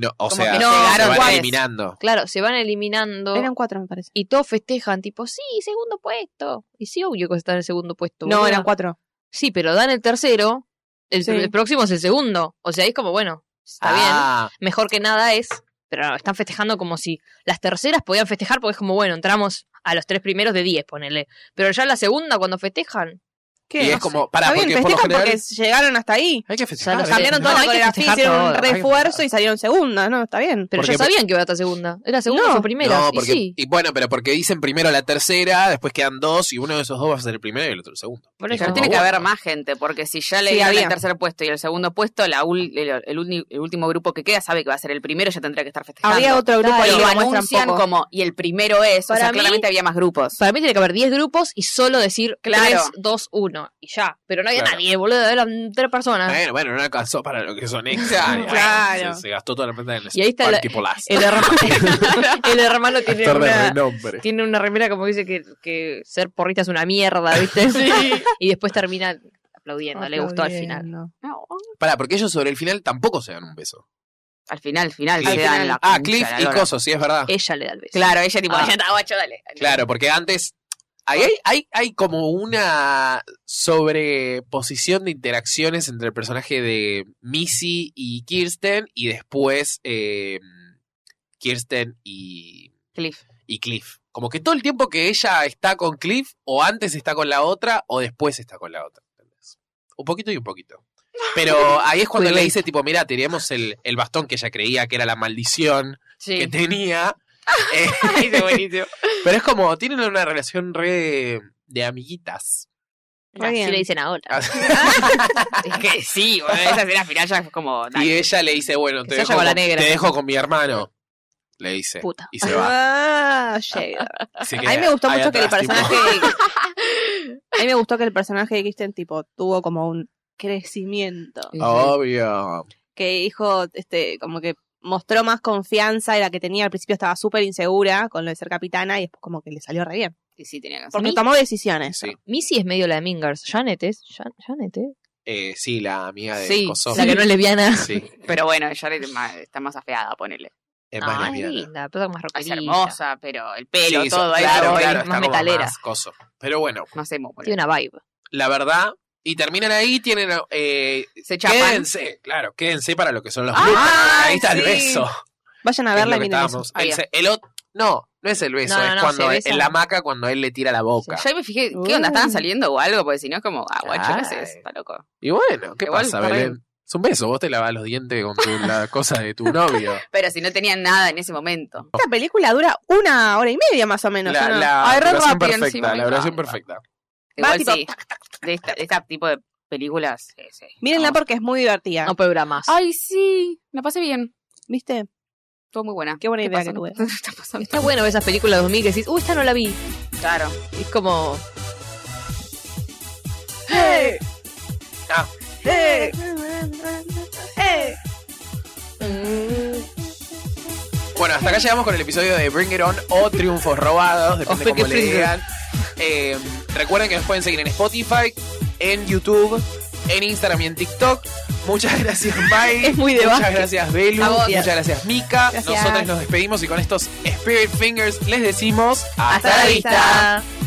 No, o Como sea, que se no, van iguales. eliminando. Claro, se van eliminando Eran cuatro, me parece. y todos festejan, tipo, sí, segundo puesto. Y sí, obvio que están en el segundo puesto. No, boluda. eran cuatro. Sí, pero dan el tercero. El, Sí. el próximo es el segundo. O sea, es como, bueno, está bien. Ah, Mejor que nada es. Pero no, están festejando como si las terceras podían festejar porque es como, bueno, entramos a los tres primeros de diez, ponele. Pero ya la segunda, cuando festejan, Y ¿Qué? es No sé. como, para, Está bien, porque por lo festejan general porque llegaron hasta ahí. hay que festejar. O sea, los ¿eh? Cambiaron no, toda hay la que coreografía, festejar hicieron un todo, hay que refuerzo festejar. y salieron segundas, ¿no? Está bien. Pero Porque- ya sabían que iba a estar segunda. Era segunda No. o primera. No, y porque, sí. y bueno, pero porque dicen primero la tercera, después quedan dos, y uno de esos dos va a ser el primero y el otro el segundo. Por Y eso. es Pero como, tiene que bueno, haber más gente, porque si ya le Sí, dieron había. el tercer puesto y el segundo puesto, la ul- el, el uni- el último grupo que queda sabe que va a ser el primero y ya tendría que estar festejando. Había otro grupo Claro, ahí y que lo lo muestran anuncian poco. como, y el primero es, o Para sea, mí- claramente había más grupos. Para mí tiene que haber 10 grupos y solo decir Claro. 3, 2, 1. Y ya. Pero no había Claro. nadie, boludo. Eran tres personas. Eh. Bueno, bueno, no alcanzó para lo que son ex. Claro. Ay, bueno, Se, se gastó toda la plata en el Y ahí está la- Parque Polar. El hermano, el hermano tiene, Actor de una, renombre. tiene una remera como dice que, que ser porrista es una mierda, ¿viste? Y después termina aplaudiendo. Ah, Le gustó al final. Aplaudiendo. No, Pará, porque ellos sobre el final tampoco se dan un beso. Al final, final, Cliff. se dan la Ah, concha Cliff de la y lora. Coso, sí, es verdad. Ella le da el beso. Claro, ella tipo, Ah. ya está, guacho, dale. Claro, porque antes. Ahí hay, hay, hay como una sobreposición de interacciones entre el personaje de Missy y Kirsten y después eh, Kirsten y, Cliff. y Cliff. Como que todo el tiempo que ella está con Cliff, o antes está con la otra, o después está con la otra. ¿entendés? Un poquito y un poquito. Pero ahí es cuando le dice, tipo, mira, tiremos el, el bastón que ella creía que era la maldición que Sí. tenía. Eh, Ay, qué buenísimo. pero es como, tienen una relación re de amiguitas. Muy Así bien. le dicen ahora. Es que sí, bueno, esa escena final ya es como. Y dale. ella le dice, bueno, te se dejo, haya con la con- negra. te dejo con mi hermano. Le dice. Puta. Y se va. Ah, llega. Se A queda mí me gustó ahí mucho que el atrás, tipo, personaje. a mí me gustó que el personaje de Kristen, tipo, tuvo como un crecimiento. Sí, sí. Oh. Obvio. Que dijo, este, como que mostró más confianza de la que tenía. Al principio estaba súper insegura con lo de ser capitana y después, como que le salió re bien. Y sí, tenía que hacer. Porque tomó decisiones. Sí. Missy es medio la de Mingers. Janet es. Jan- Janet, ¿eh? Eh, sí, la amiga de Sí, Kosovo. La que no es lesbiana. Sí, Pero bueno, ella le- ma- está más afeada, ponele. es no, más es lesbiana. Ah, linda, pero más Es rockerita. hermosa, pero el Sí, pelo, so- todo ahí. claro, todo claro, ahí. está más como metalera. más coso. Pero bueno, No sé, mo- Tiene una vibe. la verdad. Y terminan ahí, tienen. eh, Se chapan. quédense, claro, quédense para lo que son los Ah, bloopers. Ahí sí. está el beso. Vayan a es verla lo y que miren eso. estábamos. Ahí El va. se- el ot- no, no es el beso, No, no, es no, cuando se en besan. la hamaca cuando él le tira la boca. Ya me fijé, ¿qué onda? ¿Estaban saliendo o algo? Porque si no es como, ah, guacho, ¿qué Ay. haces? Está loco. Y bueno, ¿qué Igual pasa, está Belén? Es un beso, vos te lavas los dientes con tu- la cosa de tu novio. Pero si no tenían nada en ese momento. Esta película dura una hora y media más o menos. la ¿o no? la Ay, re oración rápido perfecta, encima, me la oración encanta. perfecta. Va, Igual tipo, sí. De esta, de esta tipo de películas. sí, sí. Mírenla Vamos. porque es muy divertida. No puede durar más. Ah. Ay, sí. La pasé bien. ¿Viste? Estuvo muy buena. Qué buena idea pasó? que tuve. Está pasando. Está bueno ver esas películas de 2000 que decís, uy, esta no la vi. Claro. Es como. Ah. Bueno, hasta acá llegamos con el episodio de Bring It On o Triunfos Robados, depende Fake cómo It le Finger. digan. Eh, recuerden que nos pueden seguir en Spotify, en YouTube, en Instagram y en TikTok. Muchas gracias, Mai. Es muy de Muchas básquet. gracias, Belu. A vos. Muchas gracias, Mika. Gracias. Nosotros nos despedimos y con estos Spirit Fingers les decimos hasta, la vista. vista.